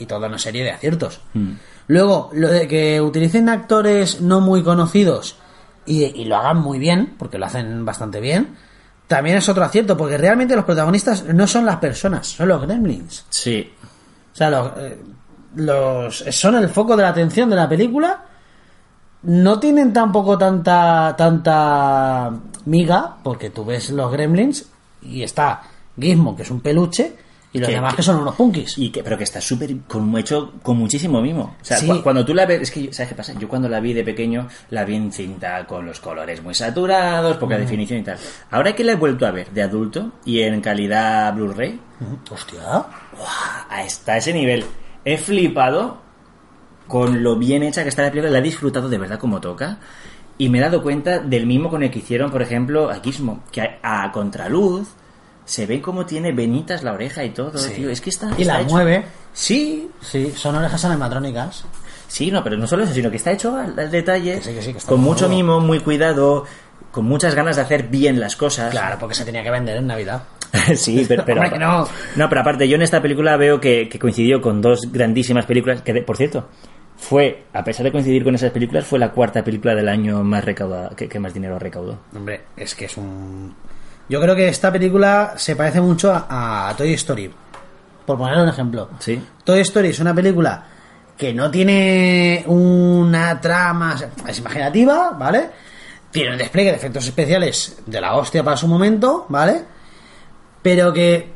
Speaker 1: y toda una serie de aciertos.
Speaker 3: Mm.
Speaker 1: Luego, lo de que utilicen actores no muy conocidos y, y lo hagan muy bien, porque lo hacen bastante bien, también es otro acierto, porque realmente los protagonistas no son las personas, son los gremlins.
Speaker 3: Sí,
Speaker 1: O sea, los, eh, los- son el foco de la atención de la película. No tienen tampoco tanta tanta miga, porque tú ves los gremlins y está Gizmo, que es un peluche, y los
Speaker 3: Que-
Speaker 1: demás que son unos punkis.
Speaker 3: Y que, pero que está súper con, hecho con muchísimo mimo. O sea,
Speaker 1: Sí.
Speaker 3: cu- cuando tú la ves, es que, yo- ¿sabes qué pasa? Yo cuando la vi de pequeño, la vi en cinta con los colores muy saturados, poca
Speaker 1: Mm.
Speaker 3: definición y tal. Ahora que la he vuelto a ver de adulto y en calidad Blu-ray,
Speaker 1: Hostia.
Speaker 3: ¡guau! está a ese nivel. He flipado con lo bien hecha que está la película, la he disfrutado de verdad como toca. Y me he dado cuenta del mismo con el que hicieron, por ejemplo, a Gizmo, que a, a contraluz se ve cómo tiene venitas la oreja y todo, tío. Es que está.
Speaker 1: Y
Speaker 3: está
Speaker 1: la
Speaker 3: hecho-
Speaker 1: mueve.
Speaker 3: Sí,
Speaker 1: Sí, son orejas animatrónicas.
Speaker 3: Sí, no, pero no solo eso, sino que está hecho al, al detalle,
Speaker 1: Que sí, que sí, que está
Speaker 3: con
Speaker 1: muy
Speaker 3: mucho
Speaker 1: bueno.
Speaker 3: mimo, muy cuidado, con muchas ganas de hacer bien las cosas.
Speaker 1: Claro, porque se tenía que vender en Navidad.
Speaker 3: sí, pero, pero-
Speaker 1: Hombre, que no.
Speaker 3: No, pero aparte, yo en esta película veo que, que coincidió con dos grandísimas películas, que de- por cierto, fue, a pesar de coincidir con esas películas, fue la cuarta película del año más recaudada, que, que más dinero recaudó.
Speaker 1: Hombre, es que es un... Yo creo que esta película se parece mucho a, a Toy Story, por poner un ejemplo.
Speaker 3: Sí.
Speaker 1: Toy Story es una película que no tiene una trama es imaginativa, ¿vale? Tiene un despliegue de efectos especiales de la hostia para su momento, ¿vale? Pero que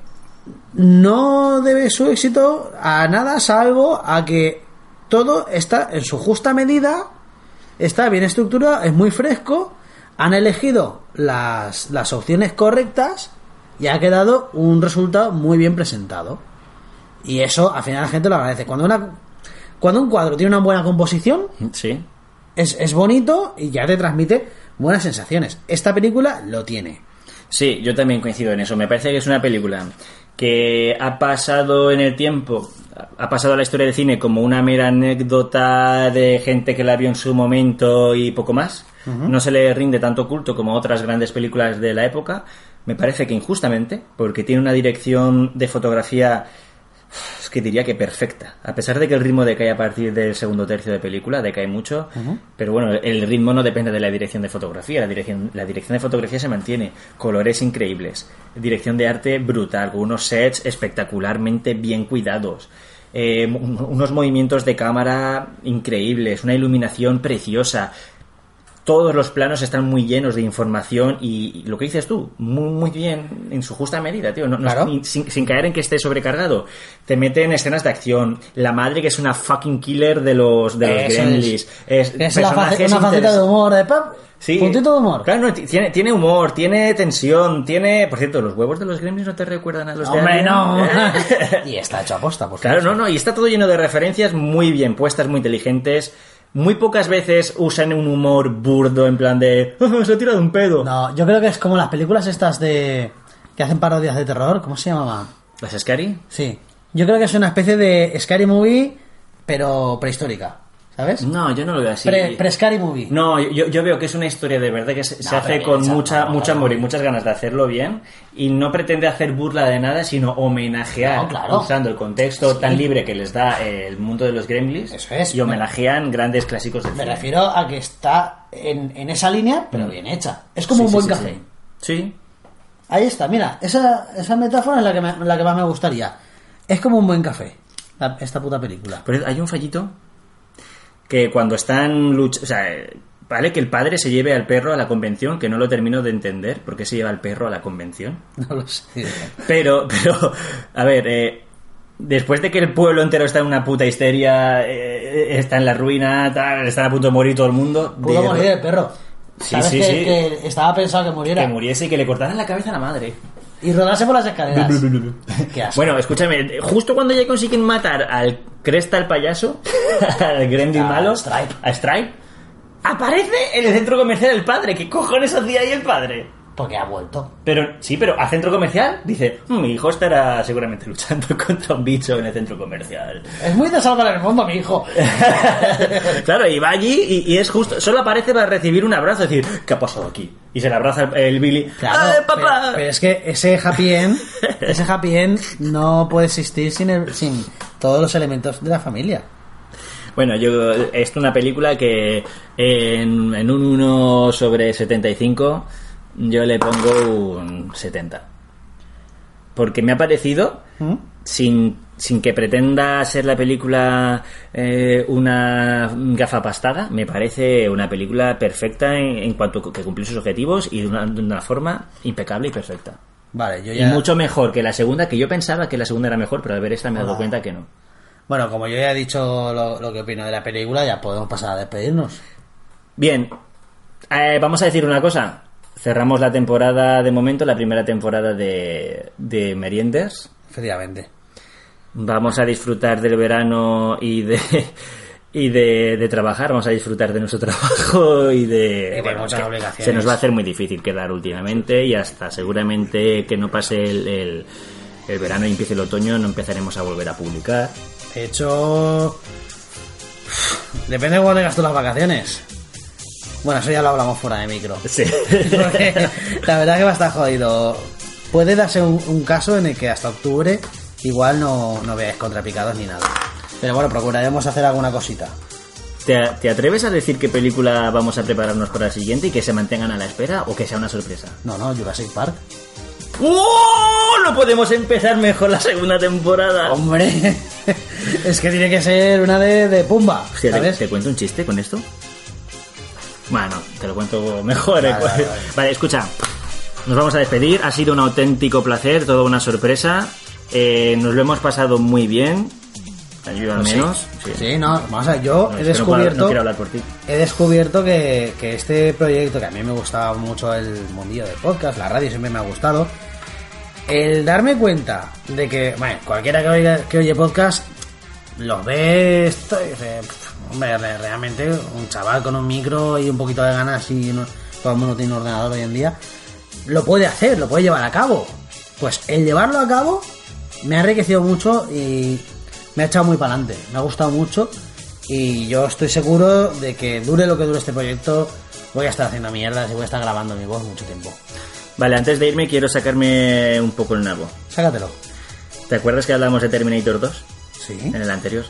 Speaker 1: no debe su éxito a nada salvo a que todo está en su justa medida, está bien estructurado, es muy fresco, han elegido las, las opciones correctas y ha quedado un resultado muy bien presentado. Y eso al final la gente lo agradece. Cuando, una, cuando un cuadro tiene una buena composición,
Speaker 3: Sí.
Speaker 1: es, es bonito y ya te transmite buenas sensaciones. Esta película lo tiene.
Speaker 3: Sí, yo también coincido en eso. Me parece que es una película que ha pasado en el tiempo, ha pasado a la historia del cine como una mera anécdota de gente que la vio en su momento y poco más. No se le rinde tanto culto como a otras grandes películas de la época. Me parece que injustamente, porque tiene una dirección de fotografía es que diría que perfecta. A pesar de que el ritmo decae a partir del segundo tercio de película, decae mucho, pero bueno, el ritmo no depende de la dirección de fotografía. La dirección, la dirección de fotografía se mantiene. Colores increíbles. Dirección de arte brutal, con unos sets espectacularmente bien cuidados. eh, un- unos movimientos de cámara increíbles, una iluminación preciosa todos los planos están muy llenos de información y, y lo que dices tú, muy, muy bien, en su justa medida, tío. No, no-
Speaker 1: Claro.
Speaker 3: y sin, sin caer en que esté sobrecargado. Te meten escenas de acción, la madre que es una fucking killer de los, de los
Speaker 1: Eso es.
Speaker 3: gremlins. Es,
Speaker 1: Es la fac-
Speaker 3: personajes
Speaker 1: una faceta
Speaker 3: interes-
Speaker 1: de humor, de pap.
Speaker 3: Sí.
Speaker 1: Puntito de humor.
Speaker 3: Claro, no, t- tiene, tiene humor, tiene tensión, tiene... Por cierto, los huevos de los gremlins no te recuerdan a los de
Speaker 1: Hombre,
Speaker 3: Alien?
Speaker 1: no.
Speaker 3: ¿Eh?
Speaker 1: y está hecho aposta, por
Speaker 3: Claro, no,
Speaker 1: supuesto.
Speaker 3: no, y está todo lleno de referencias muy bien puestas, muy inteligentes. Muy pocas veces usan un humor burdo en plan de "Ah, se ha tirado un pedo.
Speaker 1: No, yo creo que es como las películas estas de. que hacen parodias de terror, ¿cómo se llamaba?
Speaker 3: ¿Las Scary?
Speaker 1: Sí. Yo creo que es una especie de Scary Movie, pero prehistórica. ¿Sabes?
Speaker 3: No, yo no lo veo así.
Speaker 1: Pre- Pre-Scary Movie.
Speaker 3: no, yo, yo veo que es una historia de verdad que se, se
Speaker 1: No,
Speaker 3: hace
Speaker 1: pero
Speaker 3: con
Speaker 1: esa-
Speaker 3: mucha,
Speaker 1: no.
Speaker 3: mucha amor y muchas ganas de hacerlo bien y no pretende hacer burla de nada, sino homenajear
Speaker 1: No, claro.
Speaker 3: usando el contexto
Speaker 1: Sí.
Speaker 3: tan libre que les da eh, el mundo de los Gremlins
Speaker 1: Eso es.
Speaker 3: y homenajean grandes clásicos de
Speaker 1: Me
Speaker 3: cine.
Speaker 1: refiero a que está en, en esa línea, pero
Speaker 3: Mm.
Speaker 1: bien hecha. Es como
Speaker 3: Sí,
Speaker 1: un
Speaker 3: sí,
Speaker 1: buen
Speaker 3: sí,
Speaker 1: café.
Speaker 3: Sí. sí.
Speaker 1: Ahí está, mira, esa, esa metáfora es la que, me- la que más me gustaría. Es como un buen café, la- esta puta película.
Speaker 3: Pero hay un fallito que cuando están luchando. O sea, eh, vale que el padre se lleve al perro a la convención, que no lo termino de entender, por qué se lleva al perro a la convención.
Speaker 1: No lo sé.
Speaker 3: Pero, pero, a ver, eh, después de que el pueblo entero está en una puta histeria, eh, está en la ruina, tal, están a punto de morir todo el mundo.
Speaker 1: Pudo
Speaker 3: de-
Speaker 1: morir el perro.
Speaker 3: Sí,
Speaker 1: ¿Sabes
Speaker 3: sí,
Speaker 1: que,
Speaker 3: sí.
Speaker 1: que estaba pensado que muriera?
Speaker 3: Que muriese y que le cortaran la cabeza a la madre.
Speaker 1: Y rodarse por las escaleras. Qué asco.
Speaker 3: Bueno, escúchame, justo cuando ya consiguen matar al Cresta el payaso, al Gremlin
Speaker 1: A
Speaker 3: malo,
Speaker 1: Stripe.
Speaker 3: a Stripe, aparece en el centro comercial el padre. ¿Qué cojones hacía ahí el padre?
Speaker 1: Porque ha vuelto.
Speaker 3: Pero sí, pero al centro comercial dice, "Mm, mi hijo estará seguramente luchando contra un bicho en el centro comercial.
Speaker 1: Es muy de salvar el mundo, mi hijo.
Speaker 3: claro, y va allí y, y es justo, solo aparece para recibir un abrazo, es decir, ¿qué ha pasado aquí? Y se le abraza el, el Billy.
Speaker 1: Claro,
Speaker 3: "¡Ay, papá!
Speaker 1: Pero, pero es que ese happy end, ese happy end no puede existir sin, el- sin todos los elementos de la familia.
Speaker 3: Bueno, yo es una película que en, en un 1 sobre 75 yo le pongo un 70. Porque me ha parecido,
Speaker 1: ¿Mm?
Speaker 3: sin, sin que pretenda ser la película eh, una gafa pastada, me parece una película perfecta en, en cuanto que cumplió sus objetivos y de una, de una forma impecable y perfecta.
Speaker 1: Vale, yo
Speaker 3: Y
Speaker 1: ya.
Speaker 3: mucho mejor que la segunda, que yo pensaba que la segunda era mejor, pero al ver esta me he dado
Speaker 1: Ah.
Speaker 3: cuenta que no.
Speaker 1: Bueno, como yo ya he dicho lo, lo que opino de la película, ya podemos pasar a despedirnos.
Speaker 3: Bien, eh, vamos a decir una cosa. Cerramos la temporada de momento, la primera temporada de, de Merienders.
Speaker 1: Efectivamente.
Speaker 3: Vamos a disfrutar del verano y de y de, de trabajar. Vamos a disfrutar de nuestro trabajo y de,
Speaker 1: Y de muchas
Speaker 3: que
Speaker 1: obligaciones.
Speaker 3: Se nos va a hacer muy difícil quedar últimamente y hasta seguramente que no pase el, el- el verano y empiece el otoño no empezaremos a volver a publicar.
Speaker 1: De hecho. Depende de cuándo te gastes las vacaciones. Bueno, eso ya lo hablamos fuera de micro.
Speaker 3: Sí.
Speaker 1: Porque la verdad que va a estar jodido. Puede darse un, un caso en el que hasta octubre igual no, no veáis contrapicados ni nada. Pero bueno, procuraremos hacer alguna cosita.
Speaker 3: ¿Te, ¿Te atreves a decir qué película vamos a prepararnos para la siguiente y que se mantengan a la espera o que sea una sorpresa?
Speaker 1: No, no, Jurassic Park.
Speaker 3: ¡Oh! No podemos empezar mejor la segunda temporada.
Speaker 1: Hombre, es que tiene que ser una de, de Pumba,
Speaker 3: Hostia, ¿te-
Speaker 1: ¿sabes?
Speaker 3: ¿te, cuento un chiste con esto? Bueno, te lo cuento mejor. eh.
Speaker 1: Vale, vale, vale.
Speaker 3: Vale, escucha. Nos vamos a despedir. Ha sido un auténtico placer, toda una sorpresa. Eh, nos lo hemos pasado muy bien. Ayuda al
Speaker 1: No sé.
Speaker 3: menos. Sí.
Speaker 1: Sí, no, vamos a ver, yo
Speaker 3: No,
Speaker 1: he
Speaker 3: es que no puedo- no
Speaker 1: descubierto,
Speaker 3: quiero hablar por ti.
Speaker 1: he descubierto que, que este proyecto, que a mí me gustaba mucho el mundillo del podcast, la radio siempre me ha gustado, el darme cuenta de que, bueno, cualquiera que, oiga, que oye podcast los ve esto y dice, "Pff, hombre, re- realmente un chaval con un micro y un poquito de ganas y no- todo el mundo tiene un ordenador hoy en día, lo puede hacer, lo puede llevar a cabo. Pues el llevarlo a cabo me ha enriquecido mucho y me ha echado muy para adelante, me ha gustado mucho y yo estoy seguro de que dure lo que dure este proyecto, voy a estar haciendo mierdas y voy a estar grabando mi voz mucho tiempo.
Speaker 3: Vale, antes de irme quiero sacarme un poco el nabo.
Speaker 1: Sácatelo.
Speaker 3: ¿Te acuerdas que hablamos de Terminator 2?
Speaker 1: Sí.
Speaker 3: En el anterior.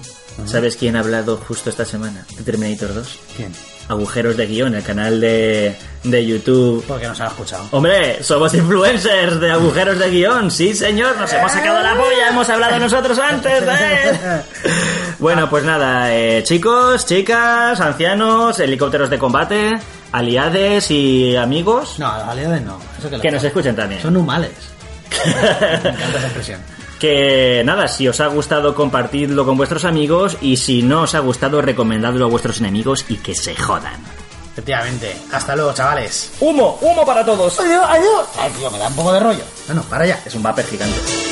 Speaker 3: ¿Sabes quién ha hablado justo esta semana de Terminator 2?
Speaker 1: Bien.
Speaker 3: Agujeros de guión, el canal de, de YouTube.
Speaker 1: Porque nos ha escuchado.
Speaker 3: Hombre, somos influencers de agujeros de guión, sí señor, nos hemos sacado la polla, hemos hablado nosotros antes. ¿eh? Bueno, pues nada, eh, chicos, chicas, ancianos, helicópteros de combate, aliades y amigos
Speaker 1: No, los aliados no. Eso que, lo
Speaker 3: que nos
Speaker 1: son.
Speaker 3: escuchen también.
Speaker 1: Son humales. Me encanta esa expresión.
Speaker 3: Que nada, si os ha gustado, compartidlo con vuestros amigos y si no os ha gustado, recomendadlo a vuestros enemigos y que se jodan.
Speaker 1: Efectivamente. Hasta luego, chavales.
Speaker 3: ¡Humo! ¡Humo para todos!
Speaker 1: Adiós, adiós. Ay, tío, me da un poco de rollo. Bueno, para allá.
Speaker 3: Es un vapor gigante.